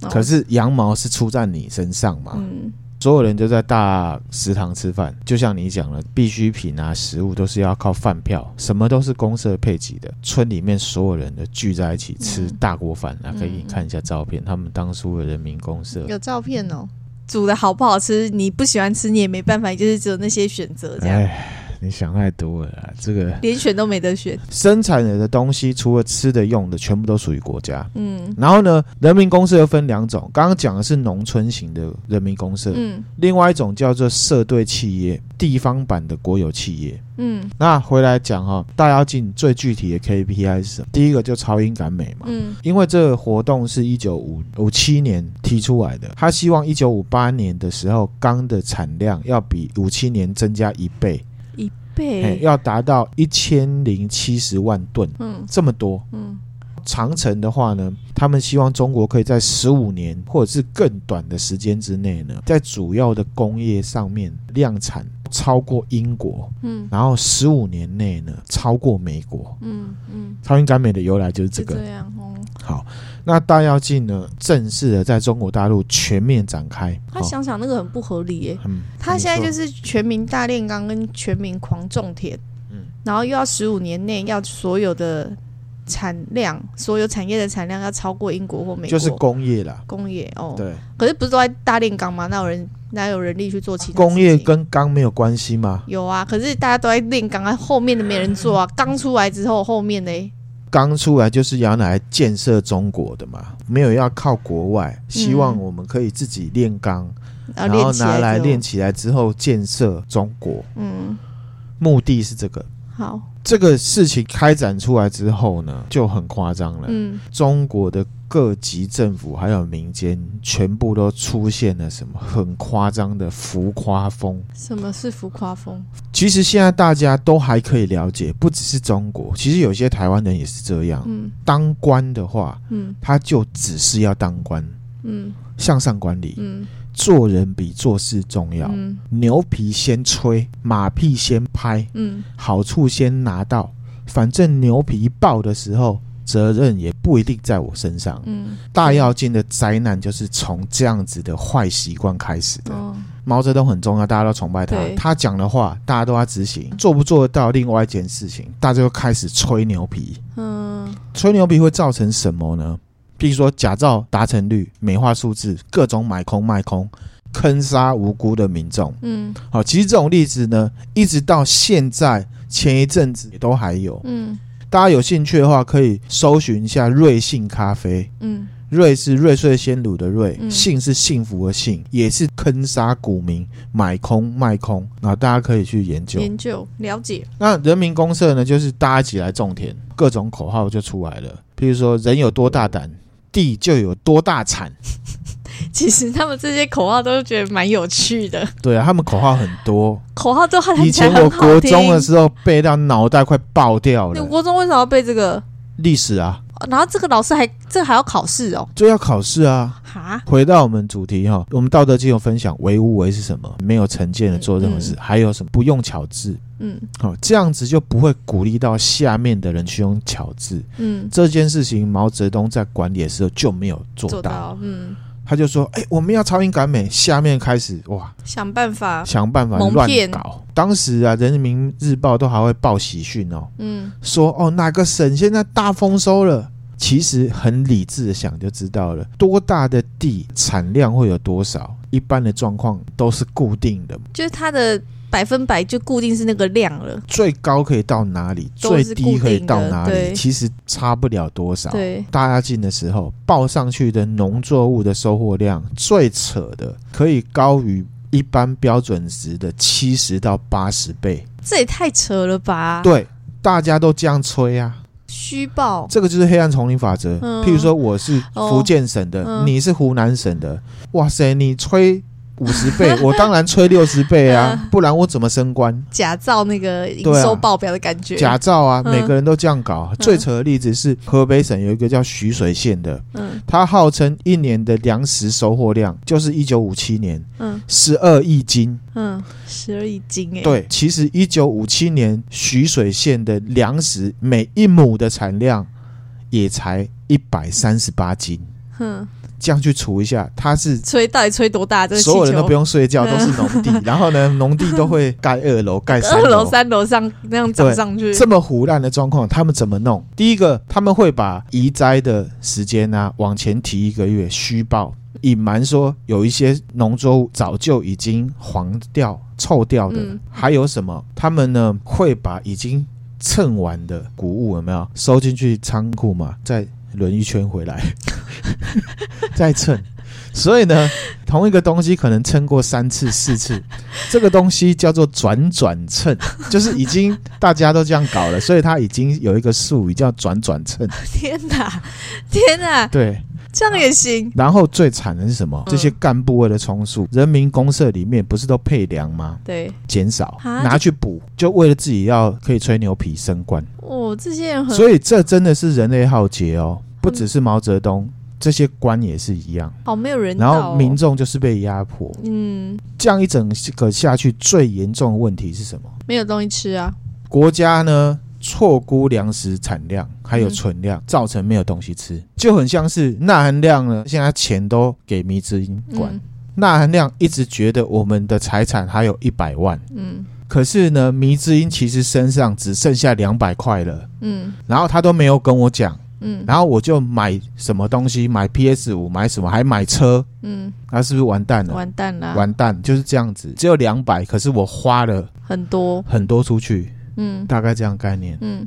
S2: 哦
S1: 可是羊毛是出在你身上嘛。
S2: 嗯
S1: 所有人都在大食堂吃饭，就像你讲了，必需品啊、食物都是要靠饭票，什么都是公社配给的。村里面所有人都聚在一起吃
S2: 嗯
S1: 大锅饭，啊，可以给你
S2: 嗯
S1: 看一下照片，他们当初的人民公社。
S2: 有照片哦，煮的好不好吃，你不喜欢吃你也没办法，就是只有那些选择这样，
S1: 哎，你想太多了啦，这个
S2: 连选都没得选。
S1: 生产的东西，除了吃的、用的，全部都属于国家。
S2: 嗯
S1: 然后呢，人民公社又分两种，刚刚讲的是农村型的人民公社，
S2: 嗯
S1: 另外一种叫做社队企业，地方版的国有企业。
S2: 嗯
S1: 那回来讲哈、哦，大妖精最具体的 KPI 是什么？第一个就超英赶美嘛。
S2: 嗯
S1: 因为这个活动是一九五五七年提出来的，他希望一九五八年的时候，钢的产量要比五七年增加一倍，嘿
S2: 被
S1: 要达到一千零七十万吨，
S2: 嗯
S1: 这么多。
S2: 嗯
S1: 长城的话呢，他们希望中国可以在十五年或者是更短的时间之内呢，在主要的工业上面量产超过英国，
S2: 嗯
S1: 然后十五年内呢超过美国。
S2: 嗯嗯，
S1: 超英赶美的由来就是这
S2: 就
S1: 个。
S2: 这样哦。
S1: 好，那大跃进呢，正式的在中国大陆全面展开。
S2: 他想想那个很不合理耶，
S1: 哦，嗯，
S2: 他现在就是是全民大炼钢跟全民狂种田，
S1: 嗯
S2: 然后又要十五年内要所有的产量，所有产业的产量要超过英国或美国，
S1: 就是工业啦，
S2: 工业哦。
S1: 对，
S2: 可是不是都在大炼钢吗？哪有人哪有人力去做其他事情
S1: 工业跟钢没有关系吗？
S2: 有啊，可是大家都在炼钢啊，后面的没人 做啊。刚出来之后，后面嘞，
S1: 刚出来就是要拿来建设中国的嘛，没有要靠国外，希望我们可以自己炼钢，
S2: 然
S1: 然后
S2: 嗯啊练起
S1: 拿来
S2: 来之后
S1: 炼。起来之后建设中国，
S2: 嗯，
S1: 目的是这个。
S2: 好，
S1: 这个事情开展出来之后呢，就很夸张了。
S2: 嗯
S1: 中国的各级政府还有民间，全部都出现了什么很夸张的浮夸风。
S2: 什么是浮夸风？
S1: 其实现在大家都还可以了解，不只是中国，其实有些台湾人也是这样。
S2: 嗯
S1: 当官的话，
S2: 嗯
S1: 他就只是要当官，
S2: 嗯
S1: 向上管理，
S2: 嗯
S1: 做人比做事重要。
S2: 嗯
S1: 牛皮先吹，马屁先拍，
S2: 嗯
S1: 好处先拿到。反正牛皮爆的时候，责任也不一定在我身上。
S2: 嗯，
S1: 大跃进的灾难就是从这样子的坏习惯开始的。
S2: 哦，
S1: 毛泽东很重要，大家都崇拜他
S2: 对，
S1: 他讲的话大家都要执行，做不做得到另外一件事情，大家就开始吹牛皮。
S2: 嗯
S1: 吹牛皮会造成什么呢？比如说假造达成率、美化数字、各种买空卖空、坑杀无辜的民众。
S2: 嗯
S1: 好，其实这种例子呢，一直到现在前一阵子也都还有。
S2: 嗯
S1: 大家有兴趣的话，可以搜寻一下瑞幸咖啡。
S2: 嗯
S1: 瑞是瑞穗先鲁的瑞，
S2: 嗯
S1: 幸是幸福的幸，也是坑杀股民、买空卖空，然后大家可以去研究。
S2: 研究了解，
S1: 那人民公社呢，就是大家一起来种田，各种口号就出来了。譬如说，人有多大胆，地就有多大产。
S2: 其实他们这些口号都觉得蛮有趣的，
S1: 对啊，他们口号很 多。
S2: 口号都喊
S1: 以
S2: 起来
S1: 前我
S2: 很好
S1: 国
S2: 听。
S1: 中的时候背到脑袋快爆掉
S2: 你
S1: 了。
S2: 国中为什么要背这个？
S1: 历史啊，
S2: 然后这个老师还这还要考试哦，
S1: 就要考试啊。
S2: 哈，
S1: 回到我们主题哈，我们《道德经》有分享唯无为是什么，没有成见的做任何事，
S2: 嗯
S1: 还有什么不用巧智，
S2: 嗯
S1: 好、这样子就不会鼓励到下面的人去用巧智。
S2: 嗯，
S1: 这件事情，毛泽东在管理的时候就没有做到，
S2: 做到，嗯，
S1: 他就说：“哎、我们要超英赶美。”下面开始哇，
S2: 想办法，
S1: 想办法
S2: 啊蒙
S1: 乱
S2: 骗
S1: 搞。当时啊，《人民日报》都还会报喜讯哦，
S2: 嗯
S1: 说哦哪个省现在大丰收了。其实很理智的想就知道了，多大的地产量会有多少，一般的状况都是固定的，
S2: 就是他的百分百就固定是那个量了，
S1: 最高可以到哪里，
S2: 都
S1: 最
S2: 是
S1: 低可以到哪
S2: 固定的
S1: 里，
S2: 对
S1: 其实差不了多少。
S2: 对，
S1: 大家进的时候报上去的农作物的收获量，最扯的可以高于一般标准值的七十到八十倍。
S2: 这也太扯了吧？，
S1: 对，大家都这样吹啊，
S2: 虚报，
S1: 这个就是黑暗丛林法则。
S2: 嗯
S1: 譬如说我是福建省的，
S2: 哦嗯
S1: 你是湖南省的，哇塞，你吹五十 倍，我当然吹六十倍
S2: 嗯
S1: 啊，不然我怎么升官？
S2: 假造那个营
S1: 对啊
S2: 收报表的感觉，
S1: 假造啊，
S2: 嗯
S1: 每个人都这样搞。最扯的例子是河北省有一个叫徐水县的，
S2: 嗯
S1: 它号称一年的粮食收获量就是一九五七年
S2: 嗯
S1: 十二亿斤。
S2: 嗯，十二亿斤哎，，
S1: 对，其实一九五七年徐水县的粮食每一亩的产量也才一百三十八斤，
S2: 哼，
S1: 这样去除一下，它是。
S2: 吹到底吹多大？这个气
S1: 所有人都
S2: 球
S1: 不。用睡 觉，都是农地。然后呢，农地都会盖二楼、盖三
S2: 二楼、三楼上那样涨上去，
S1: 这么胡乱的状况，他们怎么弄？第一个，他们会把移栽的时间啊往前提一个月，虚报隐瞒说有一些农作物早就已经黄掉、臭掉的。
S2: 嗯
S1: 还有什么？他们呢会把已经称完的谷物有没有收进去仓库嘛？再轮一圈回来，再称。所以呢，同一个东西可能称过三次、四次，这个东西叫做转转秤，就是已经大家都这样搞了，所以它已经有一个术语叫转转秤。
S2: 天哪，天哪，
S1: 对，
S2: 这样也行？
S1: 然后最惨的是什么？
S2: 嗯
S1: 这些干部为了充数，人民公社里面不是都配粮吗？
S2: 对，
S1: 减少，
S2: 啊
S1: 拿去补，就为了自己要可以吹牛皮升官。
S2: 哦，这些人很
S1: 所以这真的是人类浩劫
S2: 嗯
S1: 哦，不只是毛泽东，这些官也是一样。
S2: 好没有人
S1: 然
S2: 道
S1: 后
S2: 哦，
S1: 民众就是被压迫，
S2: 嗯，
S1: 这样一整个下去，最严重的问题是什么？
S2: 没有东西吃啊，
S1: 国家呢错估粮食产量还有
S2: 嗯
S1: 存量，造成没有东西吃，就很像是钠含量呢，现在钱都给迷之音管，
S2: 嗯
S1: 钠含量一直觉得我们的财产还有一百万，
S2: 嗯
S1: 可是呢，迷之音其实身上只剩下两百块了，
S2: 嗯
S1: 然后他都没有跟我讲，
S2: 嗯
S1: 然后我就买什么东西，买 PS 五，买什么，还买车，
S2: 嗯，
S1: 那是不是完蛋了？
S2: 完蛋啦，
S1: 完蛋，就是这样子，只有两百，可是我花了
S2: 很多，
S1: 很多出去，
S2: 嗯
S1: 大概这样概念。
S2: 嗯，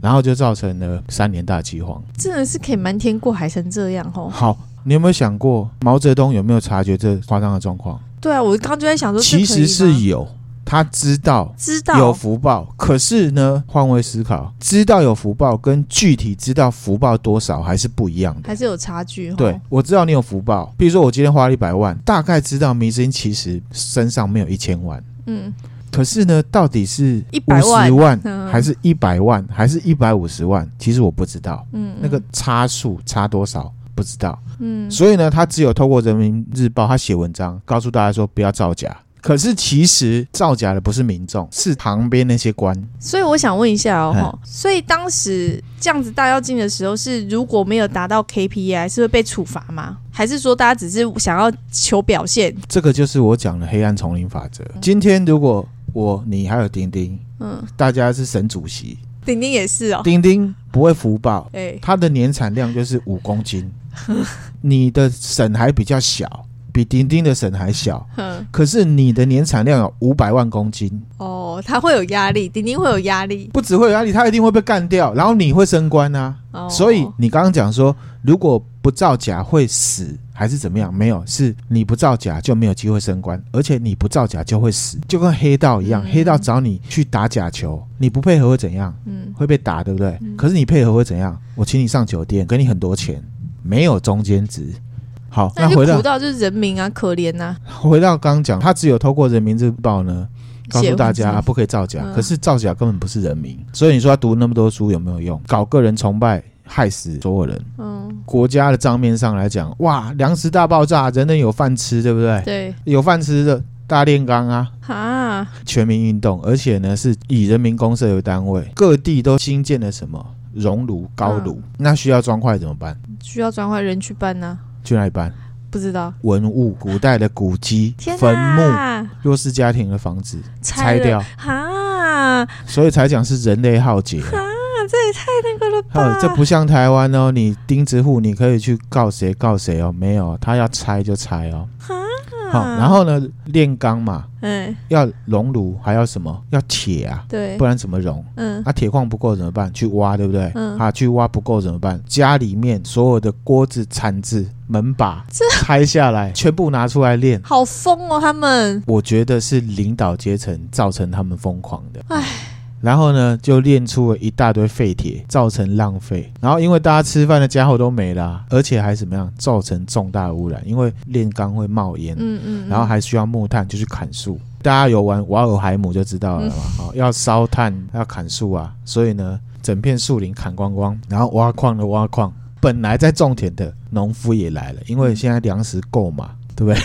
S1: 然后就造成了三年大饥荒。
S2: 真的是可以瞒天过海成这样哦。
S1: 好，你有没有想过毛泽东有没有察觉这夸张的状况？
S2: 对啊，我刚刚就在想说，这可以
S1: 其
S2: 吗
S1: 实是有，他知道
S2: 知道
S1: 有福报，可是呢，换位思考，知道有福报跟具体知道福报多少还是不一样的。
S2: 还是有差距哦。
S1: 对，我知道你有福报，比如说我今天花了一百万，大概知道明星其实身上没有一千万，
S2: 嗯，
S1: 可是呢，到底是五
S2: 100
S1: 十
S2: 万
S1: 万
S2: 嗯
S1: 还是一百万还是一百五十万？其实我不知道。
S2: 嗯嗯，
S1: 那个差数差多少不知道，
S2: 嗯
S1: 所以呢，他只有透过人民日报他写文章告诉大家说不要造假。可是其实造假的不是民众，是旁边那些官。
S2: 所以我想问一下哦，吼所以当时这样子大跃进的时候，是如果没有达到 KPI，是会被处罚吗？还是说大家只是想要求表现？
S1: 这个就是我讲的黑暗丛林法则。今天如果我、你还有丁丁，
S2: 嗯，
S1: 大家是省主席，
S2: 丁丁也是哦，
S1: 丁丁不会福报，
S2: 哎，
S1: 他的年产量就是五公 斤，你的省还比较小，比丁丁的省还小，
S2: 哼，
S1: 可是你的年产量有五百万公斤，
S2: 哦，他会有压力，丁丁会有压力，
S1: 不只会有压力，他一定会被干掉，然后你会升官啊。
S2: 哦，
S1: 所以你刚刚讲说，如果不造假会死还是怎么样？没有，是你不造假就没有机会升官，而且你不造假就会死，就跟黑道一样，
S2: 嗯
S1: 黑道找你去打假球，你不配合会怎样？
S2: 嗯，
S1: 会被打，对不对？
S2: 嗯
S1: 可是你配合会怎样？我请你上酒店，给你很多钱，没有中间值。好，那
S2: 那就
S1: 回到
S2: 苦到就是人民啊，可怜呐、
S1: 回到刚刚讲，他只有透过人民日报呢，告
S2: 写
S1: 诉
S2: 文
S1: 大家、
S2: 字
S1: 啊不可以造假。
S2: 嗯
S1: 可是造假根本不是人民，所以你说他读那么多书有没有用？搞个人崇拜，害死所有人。
S2: 嗯，
S1: 国家的账面上来讲，哇，粮食大爆炸，人人有饭吃，对不对？
S2: 对
S1: 有饭吃的大炼钢啊，
S2: 啊，
S1: 全民运动，而且呢是以人民公社为单位，各地都新建了什么熔炉、高炉，
S2: 嗯
S1: 那需要砖块怎么办？
S2: 需要转换人去办呐、
S1: 去哪里搬？
S2: 不知道。
S1: 文物、古代的古迹、
S2: 天
S1: 坟墓、
S2: 啊，
S1: 弱势家庭的房子
S2: 拆
S1: 拆
S2: 了
S1: 掉，
S2: 啊，
S1: 所以才讲是人类浩劫。
S2: 这也太那个了
S1: 还有
S2: 吧？
S1: 这不像台湾哦，你钉子户你可以去告谁告谁哦，没有，他要拆就拆哦。
S2: 啊
S1: 好，然后呢，炼钢嘛，
S2: 哎、
S1: 要熔炉，还要什么？要铁啊，
S2: 对
S1: 不，然怎么熔？
S2: 嗯
S1: 啊，铁矿不够怎么办？去挖，对不对？
S2: 嗯
S1: 啊，去挖不够怎么办？家里面所有的锅子、铲子、门把拆下来，全部拿出来炼。
S2: 好疯哦，他们
S1: 我觉得是领导阶层造成他们疯狂的。
S2: 唉。
S1: 然后呢，就炼出了一大堆废铁，造成浪费。然后因为大家吃饭的家伙都没了啊、而且还怎么样，造成重大污染，因为炼钢会冒烟。
S2: 嗯嗯，嗯
S1: 然后还需要木炭，就去砍树。大家有玩瓦尔海姆就知道了嘛，好、要烧炭，要砍树啊，所以呢，整片树林砍光光，然后挖矿的挖矿，本来在种田的农夫也来了，因为现在粮食够嘛，对不 对？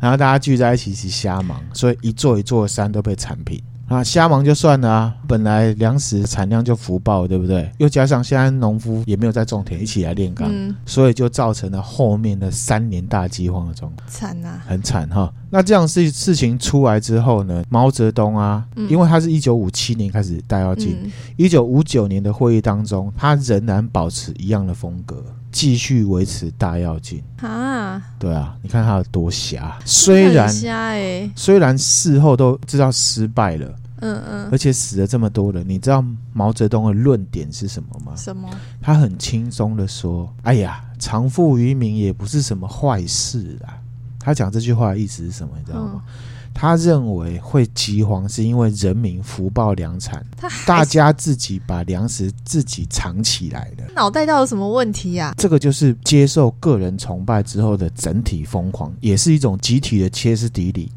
S1: 然后大家聚在一起一起瞎忙，所以一座一座山都被铲平。啊，瞎忙就算了啊，本来粮食产量就福报，对不对？又加上现在农夫也没有在种田，一起来炼钢，
S2: 嗯
S1: 所以就造成了后面的三年大饥荒的状况。
S2: 惨啊呐、
S1: 很惨哈。那这样事事情出来之后呢，毛泽东啊，
S2: 嗯
S1: 因为他是一九五七年开始戴耀进，
S2: 嗯
S1: 一九五九年的会议当中，他仍然保持一样的风格，继续维持大跃进。
S2: 啊，
S1: 对啊，你看他有多瞎，虽然
S2: 很。瞎哎、
S1: 虽然事后都知道失败了，
S2: 嗯
S1: 而且死了这么多人，你知道毛泽东的论点是什么吗
S2: 嗯，？什么？
S1: 他很轻松的说：“哎呀，藏富于民也不是什么坏事啦。”他讲这句话的意思是什么？你知道
S2: 嗯
S1: 吗？他认为会饥荒是因为人民福报粮产，
S2: 他还
S1: 大家自己把粮食自己藏起来的。
S2: 脑袋到底有什么问题呀、
S1: 这个就是接受个人崇拜之后的整体疯狂，也是一种集体的歇斯底里。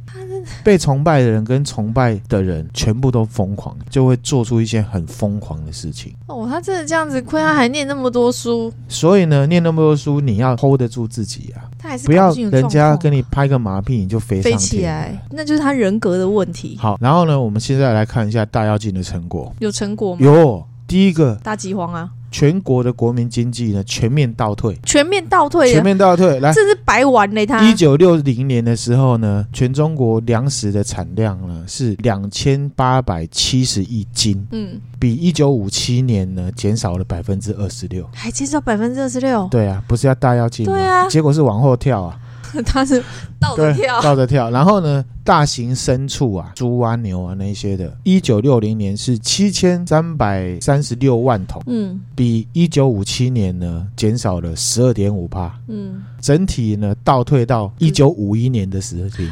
S1: 被崇拜的人跟崇拜的人全部都疯狂，就会做出一些很疯狂的事情。
S2: 哦，他真的这样子，亏他还念那么多书，
S1: 所以呢，念那么多书，你要 hold 得住自己啊，
S2: 他还是
S1: 不要
S2: 搞清楚
S1: 人家
S2: 状况
S1: 跟你拍个马屁你就飞
S2: 飞
S1: 上
S2: 起
S1: 天。
S2: 来，那就是他人格的问题。
S1: 好，然后呢，我们现在来看一下大跃进的成果。
S2: 有成果吗？
S1: 有第一个，
S2: 大饥荒啊，
S1: 全国的国民经济呢全面倒退，
S2: 全面倒退耶，
S1: 全面倒退。来，
S2: 这是白玩嘞他。
S1: 一九六零年的时候呢，全中国粮食的产量呢是两千八百七十亿斤，
S2: 嗯，
S1: 比一九五七年呢减少了百分之二十六。
S2: 还减少百分之二十六，
S1: 对啊，不是要大跃进吗？
S2: 对啊
S1: 结果是往后跳啊。
S2: 他是倒着
S1: 对，
S2: 跳。
S1: 倒着跳。然后呢，大型牲畜啊，猪啊、牛啊那些的，一九六零年是七千三百三十六万头，
S2: 嗯
S1: 比一九五七年呢减少了十二点五帕，
S2: 嗯，
S1: 整体呢倒退到一九五一年的时期，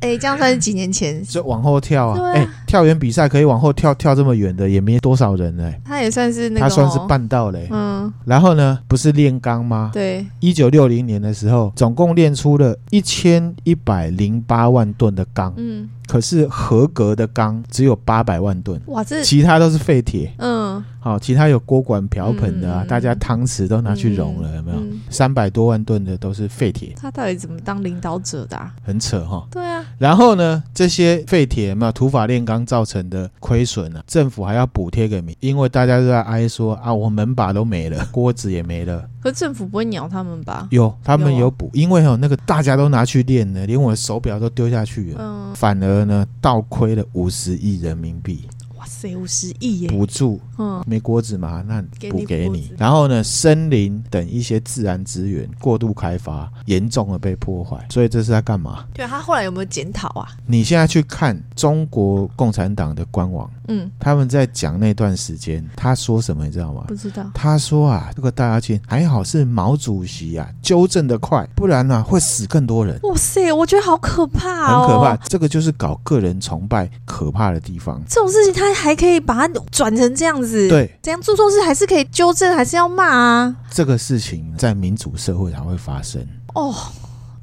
S2: 哎、这样算是几年前，
S1: 所以往后跳啊，
S2: 对
S1: 哎、
S2: 啊
S1: 跳远比赛可以往后跳跳这么远的也没多少人哎、
S2: 他也算是那个、
S1: 他算是。办到嘞、
S2: 嗯，
S1: 然后呢，不是炼钢吗？
S2: 对，
S1: 一九六零年的时候，总共炼出了一千一百零八万吨的钢。
S2: 嗯，
S1: 可是合格的钢只有八百万吨，
S2: 哇，这
S1: 其他都是废铁。
S2: 嗯
S1: 好、其他有锅碗瓢盆的啊，
S2: 嗯
S1: 大家汤匙都拿去熔了，有没有？
S2: 嗯，
S1: 三百多万吨的都是废铁，
S2: 他到底怎么当领导者的、啊？
S1: 很扯哈、
S2: 对啊，
S1: 然后呢，这些废铁嘛，土法炼钢造成的亏损啊，政府还要补贴给民，因为大家都在哀说啊，我门把都没了， 锅子也没了。
S2: 可政府不会鸟他们吧？
S1: 有，他们
S2: 有啊
S1: 有补，因为哦，那个大家都拿去炼了，连我的手表都丢下去了，
S2: 嗯，
S1: 反而呢倒亏了五十亿人民币。
S2: 哇，塞，五十亿耶！
S1: 补助
S2: 嗯，
S1: 没锅子嘛，那
S2: 给
S1: 补
S2: 你
S1: 给
S2: 锅
S1: 你
S2: 子。
S1: 然后呢，森林等一些自然资源过度开发，严重的被破坏。所以这是在干嘛？
S2: 对啊，他后来有没有检讨啊？
S1: 你现在去看中国共产党的官网，
S2: 嗯，
S1: 他们在讲那段时间，他说什么，你知道吗
S2: 不？知道。
S1: 他说啊，这个大跃进还好是毛主席啊纠正的快，不然呢、啊、会死更多人，
S2: 哇塞，我觉得好可怕
S1: 很
S2: 哦！
S1: 可怕。这个就是搞个人崇拜可怕的地方。
S2: 这种事情他还可以把它转成这样子，，
S1: 对，
S2: 怎样做错事还是可以纠正，还是要骂啊？
S1: 这个事情在民主社会才会发生，
S2: 哦，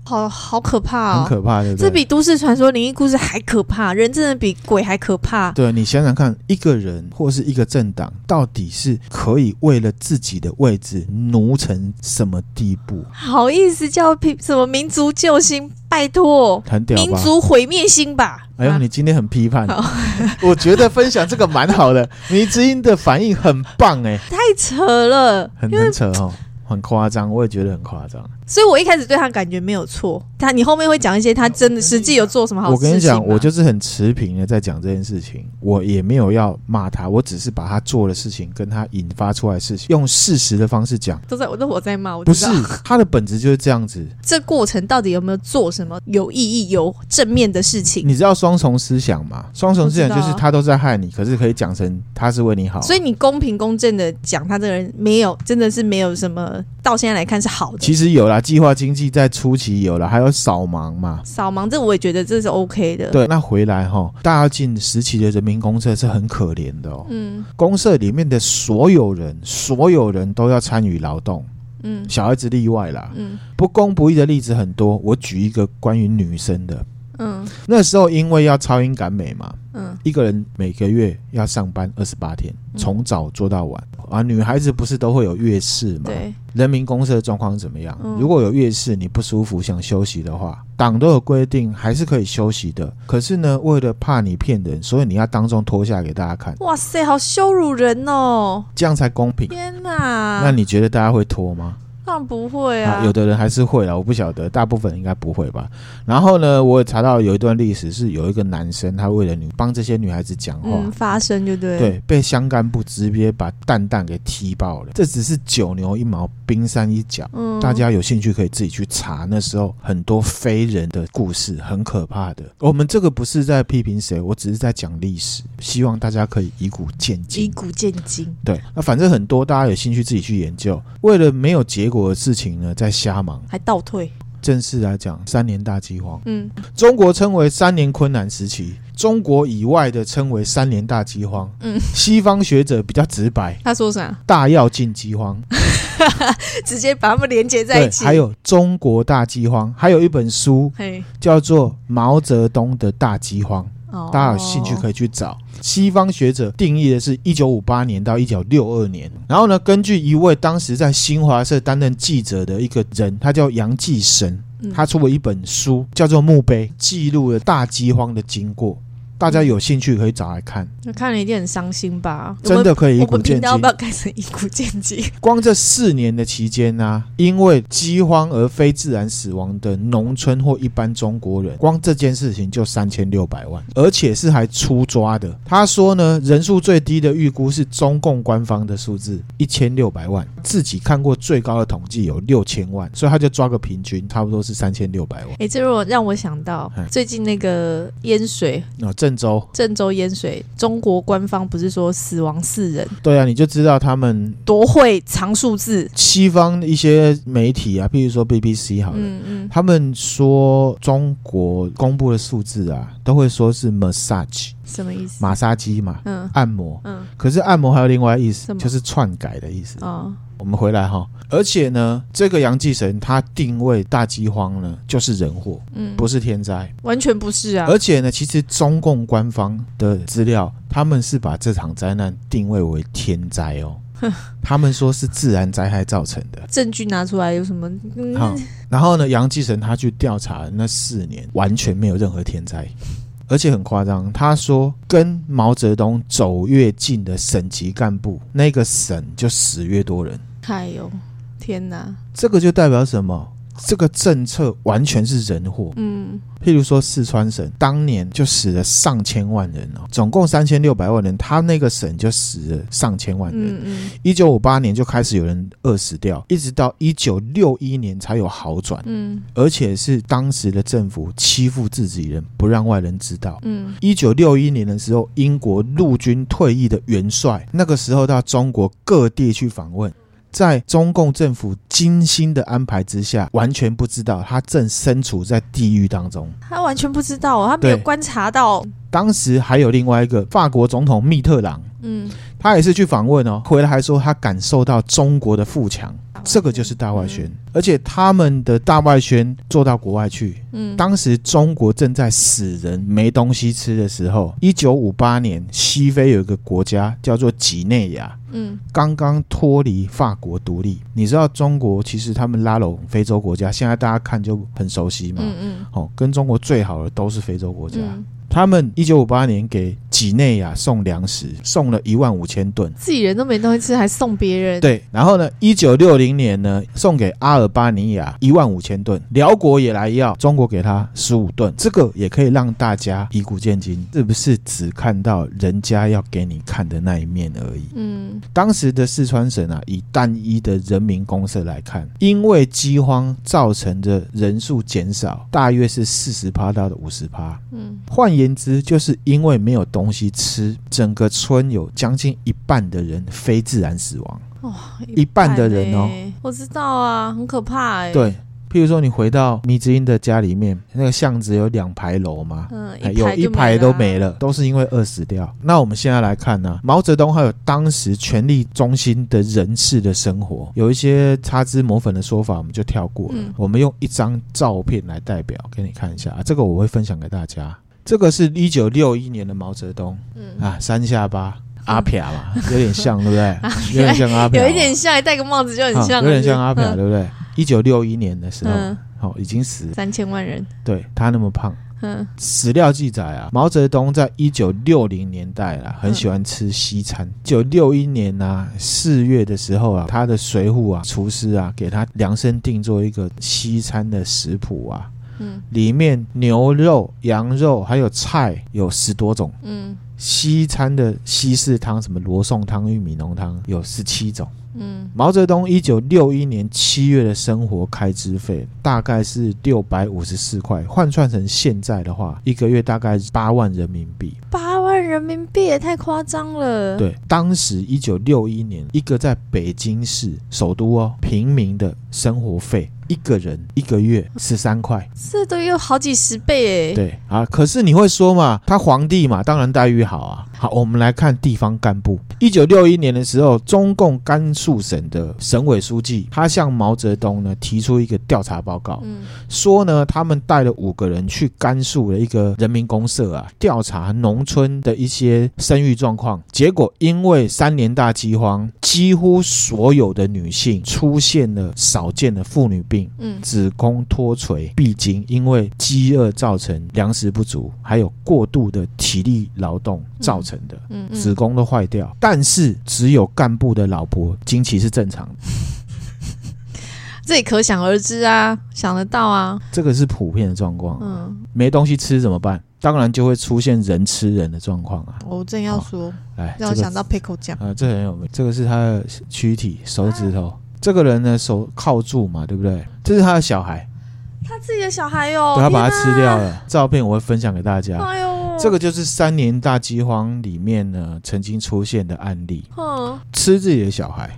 S2: 好好可怕
S1: 很
S2: 哦！
S1: 可怕，对不对？
S2: 这比都市传说、灵异故事还可怕，人真的比鬼还可怕。
S1: 对你想想看，一个人或是一个政党，到底是可以为了自己的位置奴成什么地步？
S2: 好意思叫平什么民族救星？拜托，
S1: 很屌
S2: 民
S1: 吧？
S2: 族毁灭星吧！
S1: 啊哎呦，
S2: 啊
S1: 你今天很批判， 我觉得分享这个蛮好的。迷之音的反应很棒哎、
S2: 太扯了。
S1: 很很扯哦，很夸张，我也觉得很夸张。
S2: 所以我一开始对他感觉没有错。他你后面会讲一些他真的实际有做什么好
S1: 我
S2: 事情吗
S1: 跟你讲，我就是很持平的在讲这件事情，我也没有要骂他，我只是把他做的事情跟他引发出来的事情，用事实的方式讲。
S2: 都在我都我在骂，我
S1: 不
S2: 知
S1: 是
S2: 道
S1: 他的本质就是这样子，
S2: 这过程到底有没有做什么有意义、有正面的事情？
S1: 你知道双重思想吗？双重思想就是他都在害你，可是可以讲成他是为你好。
S2: 啊
S1: 啊
S2: 所以你公平公正的讲，他这个人没有，真的是没有什么，到现在来看是好的。
S1: 其实有啦，计划经济在初期有啦，还有扫盲嘛。
S2: 扫盲这我也觉得这是 OK 的。，
S1: 对，那啊回来哈，大跃进时期的人民公社是很可怜的哦。
S2: 嗯
S1: 公社里面的所有人，所有人都要参与劳动，
S2: 嗯
S1: 小孩子例外啦。
S2: 嗯
S1: 不公不义的例子很多，我举一个关于女生的。
S2: 嗯
S1: 那时候因为要超英赶美嘛，
S2: 嗯，
S1: 一个人每个月要上班二十八天，
S2: 嗯
S1: 从早做到晚、啊。女孩子不是都会有月事嘛？
S2: 对，
S1: 人民公社的状况怎么样？
S2: 嗯
S1: 如果有月事你不舒服想休息的话，党都有规定还是可以休息的。可是呢，为了怕你骗人，所以你要当众脱下给大家看，
S2: 哇塞，好羞辱人哦！
S1: 这样才公平。
S2: 天哪，
S1: 那你觉得大家会脱吗？
S2: 当然不会啊，
S1: 有的人还是会啦，我不晓得，大部分应该不会吧。然后呢，我也查到有一段历史是有一个男生，他为了女帮这些女孩子讲话，
S2: 嗯发生就对，
S1: 哦对，被香干部直接把蛋蛋给踢爆了。这只是九牛一毛，冰山一角。
S2: 嗯，
S1: 大家有兴趣可以自己去查，那时候很多非人的故事，很可怕的。哦我们这个不是在批评谁，我只是在讲历史，希望大家可以以古鉴
S2: 以
S1: 今。
S2: 古见今，
S1: 对，那反正很多大家有兴趣自己去研究。为了没有结果的事情呢，在瞎忙。
S2: 还倒退，
S1: 正式来讲，三年大饥荒，
S2: 嗯，
S1: 中国称为三年困难时期，中国以外的称为三年大饥荒。
S2: 嗯，
S1: 西方学者比较直白，
S2: 他说啥？
S1: 大跃进饥荒，
S2: 直接把他们连接在
S1: 对
S2: 一，起，
S1: 还，有中国大饥荒，还有一本书
S2: 嘿，
S1: 叫做《毛泽东的大饥荒》，
S2: 哦，
S1: 大家有兴趣可以去找。西方学者定义的是一九五八年到一九六二年，然后呢，根据一位当时在新华社担任记者的一个人，他叫杨继神，
S2: 嗯
S1: 他出了一本书叫做《墓碑》，记录了大饥荒的经过。大家有兴趣可以找来看，
S2: 那看了一定很伤心吧？
S1: 真的可以以
S2: 我们，我
S1: 古
S2: 们
S1: 见
S2: 频道要
S1: 今
S2: 不。要改成以古见今？
S1: 光这四年的期间呢、因为饥荒而非自然死亡的农村或一般中国人，光这件事情就三千六百万，而且是还出抓的。他说呢，人数最低的预估是中共官方的数字一千六百万，自己看过最高的统计有六千万，所以他就抓个平均，差不多是三千六百万。
S2: 哎、这让我让我想到
S1: 嗯
S2: 最近那个淹水，
S1: 那、哦郑州，
S2: 郑州淹水，中国官方不是说死亡四人，
S1: 对啊，你就知道他们
S2: 多会藏数字。
S1: 西方一些媒体啊，譬如说 BBC 好了。
S2: 嗯嗯，
S1: 他们说中国公布的数字啊，都会说是 massage
S2: 什么意思？
S1: 马杀鸡嘛，
S2: 嗯
S1: 按摩。
S2: 嗯
S1: 可是按摩还有另外意思，
S2: 什么
S1: 就是篡改的意思。
S2: 哦，
S1: 我们回来哈，而且呢，这个杨继神他定位大饥荒呢，就是人祸，
S2: 嗯，
S1: 不是天灾。
S2: 完全不是啊。
S1: 而且呢，其实中共官方的资料，他们是把这场灾难定位为天灾 哦，他们说是自然灾害造成的。
S2: 证据拿出来有什么？
S1: 好
S2: 嗯，，
S1: 然后呢，杨继成他去调查那四年，完全没有任何天灾，而且很夸张。他说，跟毛泽东走越近的省级干部，那个省就死越多人。
S2: 哎呦，天哪！
S1: 这个就代表什么？这个政策完全是人祸。
S2: 嗯，
S1: 譬如说四川省当年就死了上千万人哦，总共三千六百万人，他那个省就死了上千万人。
S2: 嗯嗯
S1: 一九五八年就开始有人饿死掉，一直到一九六一年才有好转，
S2: 嗯
S1: 而且是当时的政府欺负自己人，不让外人知道。
S2: 嗯
S1: 一九六一年的时候，英国陆军退役的元帅，那个时候到中国各地去访问，在中共政府精心的安排之下，完全不知道他正身处在地狱当中。
S2: 他完全不知道哦，他没有
S1: 对
S2: 观察到。
S1: 当时还有另外一个法国总统密特朗，
S2: 嗯，
S1: 他也是去访问哦，回来还说他感受到中国的富强，这个就是大外宣，而且他们的大外宣做到国外去。
S2: 嗯
S1: 当时中国正在死人没东西吃的时候，一九五八年，西非有一个国家叫做几内亚。
S2: 嗯
S1: 刚刚脱离法国独立，你知道中国其实他们拉拢非洲国家，现在大家看就很熟悉嘛。
S2: 嗯嗯
S1: 哦，跟中国最好的都是非洲国家。
S2: 嗯，
S1: 他们一九五八年给几内亚送粮食，送了一万五千吨。
S2: 自己人都没东西吃，还送别人。，
S1: 对，然后呢，一九六零年呢，送给阿尔巴尼亚一万五千吨，辽国也来要，中国给他十五吨，这个也可以让大家以古见今，是不是只看到人家要给你看的那一面而已？
S2: 嗯
S1: 当时的四川省啊，以单一的人民公社来看，因为饥荒造成的人数减少，大约是四十趴到五十趴。
S2: 嗯
S1: 换言之，就是因为没有东西吃，整个村有将近一半的人非自然死亡。
S2: 哇，
S1: 一半的人哦
S2: 欸，我知道啊，很可怕哎。，
S1: 对，譬如说你回到迷之音的家里面，那个巷子有两排楼嘛。
S2: 嗯，
S1: 哎
S2: 一
S1: 有
S2: 排
S1: 一
S2: 就
S1: 排都
S2: 了啊
S1: 没。了，都是因为饿死掉。那我们现在来看呢、毛泽东还有当时权力中心的人士的生活，有一些擦脂抹粉的说法，我们就跳过了。
S2: 嗯
S1: 我们用一张照片来代表给你看一下、啊，这个我会分享给大家。这个是一九六一年的毛泽东，
S2: 嗯
S1: 啊，三下巴阿撇 嘛，有点像，对不对？有点像阿撇嘛，
S2: 有一点像，戴个帽子就很
S1: 啊
S2: 像了，
S1: 有点像阿撇，
S2: 嗯
S1: 对不对？一九六一年的时候，
S2: 嗯，
S1: 好，哦已经死了，
S2: 三千万人，
S1: 对他那么胖。
S2: 嗯
S1: 史料记载啊，毛泽东在一九六零年代啊，很
S2: 嗯
S1: 喜欢吃西餐。一九六一年啊，四月的时候啊，他的随扈啊，厨师啊，给他量身定做一个西餐的食谱啊，
S2: 嗯
S1: 里面牛肉、羊肉还有菜有十多种。
S2: 嗯
S1: 西餐的西式汤，什么罗宋汤、玉米浓汤，有十七种。
S2: 嗯
S1: 毛泽东一九六一年七月的生活开支费大概是六百五十四块，换算成现在的话，一个月大概八万人民币。
S2: 八万人民币也太夸张了。，
S1: 对，当时一九六一年，一个在北京市首都哦，平民的生活费，一个人一个月十三块。
S2: 这都有好几十倍哎。
S1: 对啊，可是你会说嘛，他皇帝嘛，当然待遇好啊。好，我们来看地方干部。一九六一年的时候，中共甘肃省的省委书记，他向毛泽东呢提出一个调查报告，
S2: 嗯
S1: 说呢，他们带了五个人去甘肃的一个人民公社啊，调查农村的一些生育状况。结果因为三年大饥荒，几乎所有的女性出现了少见的妇女病。
S2: 嗯
S1: 子宫脱垂、闭经，因为饥饿造成粮食不足，还有过度的体力劳动造成的。
S2: 嗯
S1: 子
S2: 嗯，
S1: 宫都坏掉，但是只有干部的老婆经期是正常的，
S2: 这也可想而知啊，想得到啊。
S1: 这个是普遍的状况。
S2: 嗯，
S1: 没东西吃怎么办？当然就会出现人吃人的状况啊！
S2: 我正要说，
S1: 哎，
S2: 让我
S1: 这个
S2: 想到 pickle 酱。
S1: 啊，这很有名，这个是他的躯体手指头。
S2: 啊
S1: 这个人呢，手铐住嘛，对不对？这是他的小孩，
S2: 他自己的小孩哦，
S1: 对他把他
S2: 天哪
S1: 吃掉。了。照片我会分享给大家。
S2: 哎呦，
S1: 这个就是三年大饥荒里面呢曾经出现的案例，
S2: 嗯，
S1: 吃自己的小孩。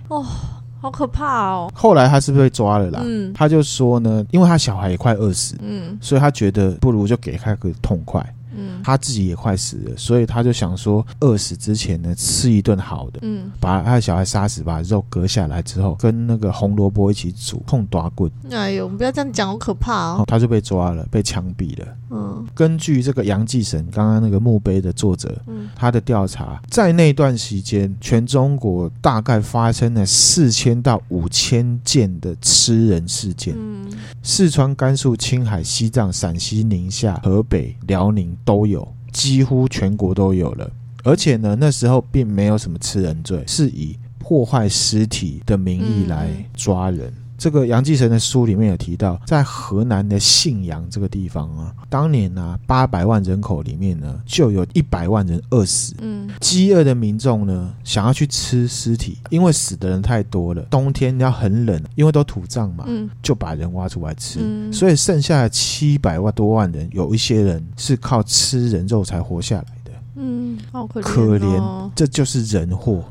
S2: 好可怕哦。
S1: 后来他是不是被抓了啦？
S2: 嗯
S1: 他就说呢，因为他小孩也快饿死，
S2: 嗯
S1: 所以他觉得不如就给他个痛快。
S2: 嗯
S1: 他自己也快死了，所以他就想说，饿死之前呢吃一顿好的。
S2: 嗯，
S1: 把他的小孩杀死，把肉割下来之后，跟那个红萝卜一起煮，痛打棍，
S2: 哎呦，不要这样讲，好可怕
S1: 然后
S2: 哦。
S1: 他就被抓了，被枪毙了。
S2: 嗯
S1: 根据这个杨继省刚刚那个墓碑的作者，
S2: 嗯
S1: 他的调查，在那段时间，全中国大概发生了四千到五千件的吃人事件，
S2: 嗯
S1: 四川、甘肃、青海、西藏、陕西、宁夏、河北、辽宁都有，几乎全国都有了。而且呢，那时候并没有什么吃人罪，是以破坏尸体的名义来
S2: 嗯
S1: 抓人。这个杨继成的书里面有提到，在河南的信阳这个地方啊，当年啊八百万人口里面呢，就有一百万人饿死。
S2: 嗯，
S1: 饥饿的民众呢，想要去吃尸体，因为死的人太多了。冬天要很冷，因为都土葬嘛，
S2: 嗯
S1: 就把人挖出来吃。
S2: 嗯
S1: 所以剩下的七百万多万人，有一些人是靠吃人肉才活下来的，
S2: 嗯，好可怜、
S1: 可怜
S2: 哦，，
S1: 这就是人祸，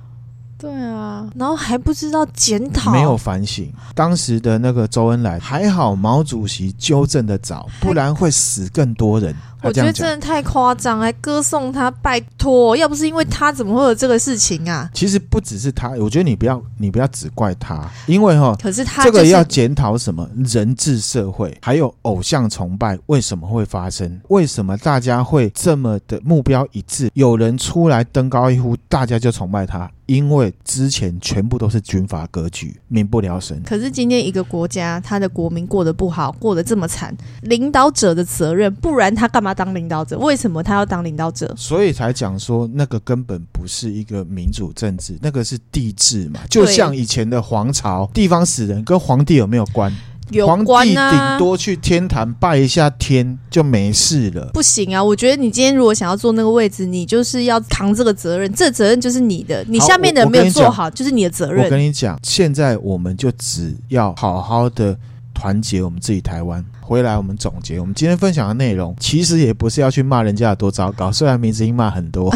S2: 对啊，然后还不知道检讨，
S1: 没有反省。当时的那个周恩来还好，毛主席纠正的早，不然会死更多人。他
S2: 我
S1: 这
S2: 觉得
S1: 样
S2: 真
S1: 讲。
S2: 的太夸张，还歌颂他，拜托，要不是因为他，怎么会有这个事情啊？
S1: 其实不只是他，我觉得你不要你不要只怪他，因为哈、
S2: 可是他、
S1: 这
S2: 就是、
S1: 个要检讨什么人治社会，还有偶像崇拜为什么会发生？为什么大家会这么的目标一致？有人出来登高一呼，大家就崇拜他，因为之前全部都是军阀割据，民不聊生。
S2: 可是今天一个国家，他的国民过得不好，过得这么惨，领导者的责任，不然他干嘛当领导者？为什么他要当领导者？
S1: 所以才讲说，那个根本不是一个民主政治，那个是帝制嘛。就像以前的皇朝，地方死人跟皇帝有没有关？
S2: 有
S1: 皇帝
S2: 关
S1: 顶
S2: 啊，
S1: 多去天坛拜一下天就没事了。
S2: 不行啊！我觉得你今天如果想要坐那个位置，你就是要扛这个责任，这责任就是你的，你下面的人没有做好，就是你的责
S1: 我
S2: 任。
S1: 跟你讲，现在我们就只要好好的团结我们自己台湾。回来我们总结，我们今天分享的内容，其实也不是要去骂人家有多糟糕，虽然明知音骂很 多，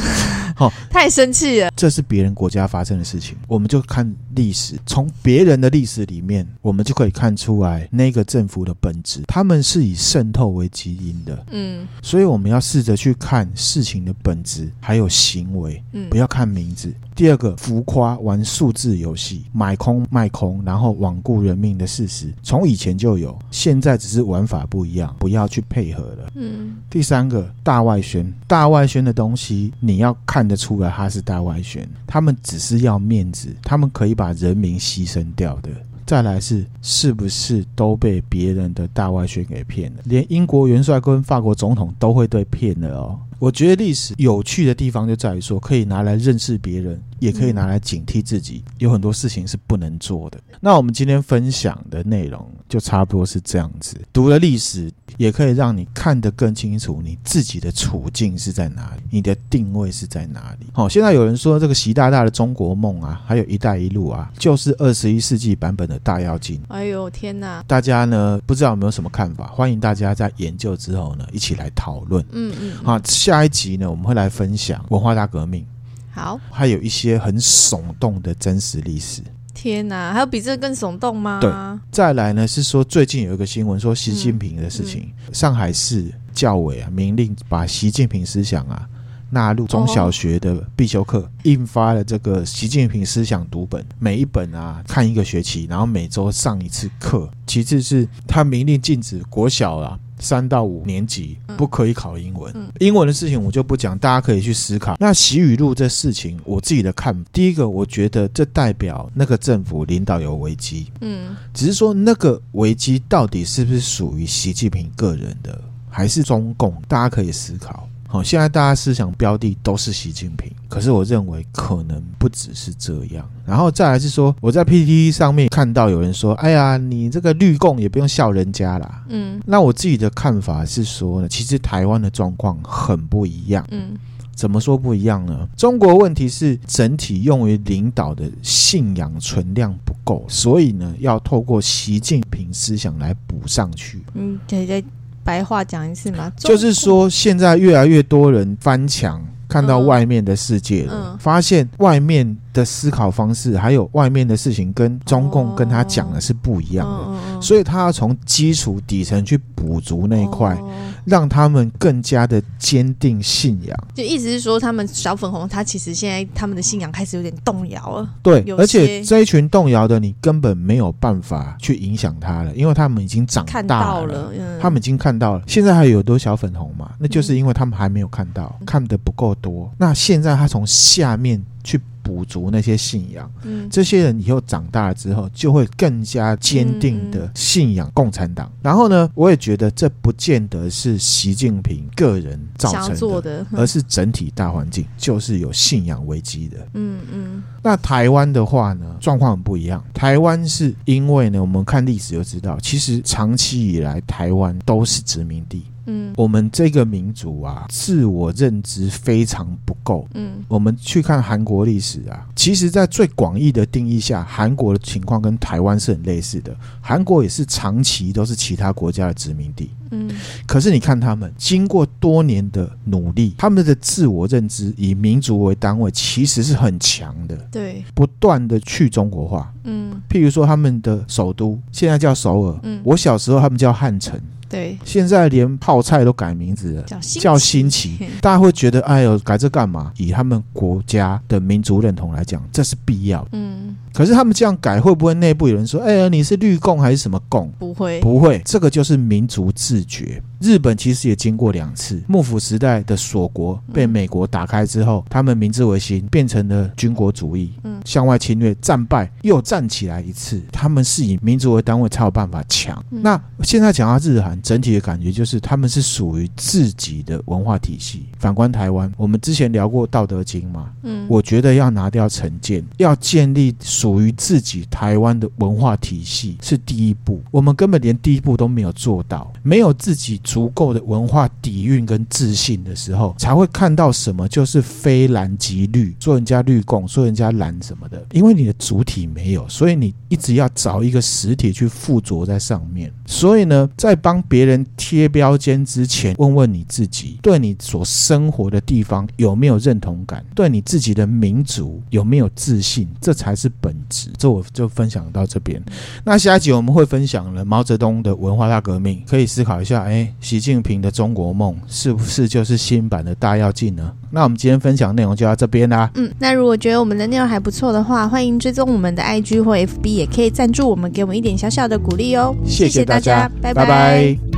S2: 太生气了，
S1: 这是别人国家发生的事情，我们就看历史，从别人的历史里面，我们就可以看出来那个政府的本质，他们是以渗透为基因的，
S2: 嗯
S1: 所以我们要试着去看事情的本质，还有行为，
S2: 嗯
S1: 不，要看名字。第二个，浮夸玩数字游戏，买空卖空，然后罔顾人命的事实，从以前就有，现在只是玩法不一样，不要去配合了。
S2: 嗯
S1: 第三个，大外宣，大外宣的东西你要看得出来它是大外宣，他们只是要面子，他们可以把人民牺牲掉的。再来是，是不是都被别人的大外宣给骗了？连英国元帅跟法国总统都会被骗了哦。我觉得历史有趣的地方就在于说，可以拿来认识别人，也可以拿来警惕自己。有很多事情是不能做的。那我们今天分享的内容就差不多是这样子。读了历史，也可以让你看得更清楚你自己的处境是在哪里，你的定位是在哪里。好、现在有人说这个习大大的中国梦啊，还有一带一路啊，就是二十一世纪版本的大妖精。
S2: 哎呦天哪，
S1: 大家呢不知道有没有什么看法？欢迎大家在研究之后呢一起来讨论。
S2: 嗯嗯，
S1: 啊，下一集呢我们会来分享文化大革命，
S2: 好，
S1: 还有一些很耸动的真实历史。
S2: 天哪，还有比这更耸动吗？
S1: 对再来呢是说，最近有一个新闻说习近平的事情，嗯上海市教委啊明令把习近平思想啊纳入中小学的必修课，印发了这个习近平思想读本，每一本啊看一个学期，然后每周上一次课。其次是他明令禁止国小啊。三到五年级
S2: 嗯
S1: 不可以考英文，
S2: 嗯
S1: 英文的事情我就不讲，大家可以去思考。那习语录这事情，我自己的看，第一个，我觉得这代表那个政府领导有危机，
S2: 嗯，
S1: 只是说那个危机到底是不是属于习近平个人的，还是中共？大家可以思考。好，现在大家思想标的都是习近平，可是我认为可能不只是这样。然后再来是说，我在 PTT 上面看到有人说：“哎呀，你这个绿共也不用笑人家啦。”
S2: 嗯
S1: 那我自己的看法是说呢，其实台湾的状况很不一样。
S2: 嗯
S1: 怎么说不一样呢？中国问题是整体用于领导的信仰存量不够，所以呢，要透过习近平思想来补上去。
S2: 嗯，得再白话讲一次嘛，
S1: 就是说，现在越来越多人翻墙。看到
S2: 嗯
S1: 外面的世界了，
S2: 嗯
S1: 发现外面的思考方式，还有外面的事情，跟中共跟他讲的是不一
S2: 中
S1: 样
S2: 共
S1: 的，
S2: 嗯嗯嗯
S1: 所以他要从基础底层去补足那一块，
S2: 哦
S1: 让他们更加的坚定信仰。
S2: 就意思是说，他们小粉红，他其实现在他们的信仰开始有点动摇了。
S1: 对，
S2: 有
S1: 而且
S2: 些
S1: 这一群动摇的，你根本没有办法去影响他了，因为他们已经长
S2: 看
S1: 大
S2: 到了，嗯，
S1: 他们已经看到了。现在还有多小粉红嘛？那就是因为他们还没有看到，
S2: 嗯
S1: 看的不够多。那现在他从下面去补足那些信仰，
S2: 嗯
S1: 这些人以后长大了之后，就会更加坚定的信仰共产
S2: 嗯
S1: 党。然后呢，我也觉得这不见得是习近平个人造
S2: 想要
S1: 成
S2: 做
S1: 的。
S2: 的，嗯
S1: 而是整体大环境就是有信仰危机的，
S2: 嗯嗯，
S1: 那台湾的话呢，状况很不一样。台湾是因为呢，我们看历史就知道，其实长期以来台湾都是殖民地。
S2: 嗯
S1: 我们这个民族啊，自我认知非常不够。
S2: 嗯
S1: 我们去看韩国历史啊，其实，在最广义的定义下，韩国的情况跟台湾是很类似的。韩国也是长期都是其他国家的殖民地，
S2: 嗯
S1: 可是你看他们经过多年的努力，他们的自我认知以民族为单位其实是很强的，
S2: 对
S1: 不断的去中国化。
S2: 嗯
S1: 譬如说，他们的首都现在叫首尔，
S2: 嗯
S1: 我小时候他们叫汉城，
S2: 对
S1: 现在连泡菜都改名字了。
S2: 叫新
S1: 叫新 奇
S2: 嘿，
S1: 大家会觉得，哎呦，改这干嘛？以他们国家的民族认同来讲，这是必要的。
S2: 嗯
S1: 可是他们这样改，会不会内部有人说，哎呀，你是绿共还是什么共？
S2: 不会
S1: 不会，这个就是民族自觉。日本其实也经过两次幕府时代的锁国被美国打开之后，他们明治维新变成了军国主义，
S2: 嗯
S1: 向外侵略，战败又站起来一次。他们是以民族为单位才有办法强。
S2: 嗯
S1: 那现在讲到日韩，整体的感觉就是他们是属于自己的文化体系。反观台湾，我们之前聊过《道德经》嘛，
S2: 嗯
S1: 我觉得要拿掉成见，要建立属于自己台湾的文化体系是第一步。我们根本连第一步都没有做到，没有自己足够的文化底蕴跟自信的时候，才会看到什么就是非蓝即绿，说人家绿共，说人家蓝什么的。因为你的主体没有，所以你一直要找一个实体去附着在上面。所以呢，在帮别人贴标签之前，问问你自己，对你所生活的地方有没有认同感，对你自己的民族有没有自信，这才是本质。这我就分享到这边。那下一集我们会分享了毛泽东的文化大革命，可以思考一下，哎，习近平的中国梦是不是就是新版的大跃进呢？那我们今天分享内容就到这边啦。
S2: 嗯，那如果觉得我们的内容还不错的话，欢迎追踪我们的 IG 或 FB，也可以赞助我们，给我们一点小小的鼓励哦。
S1: 谢
S2: 谢
S1: 大
S2: 大家，
S1: 拜
S2: 拜拜
S1: 拜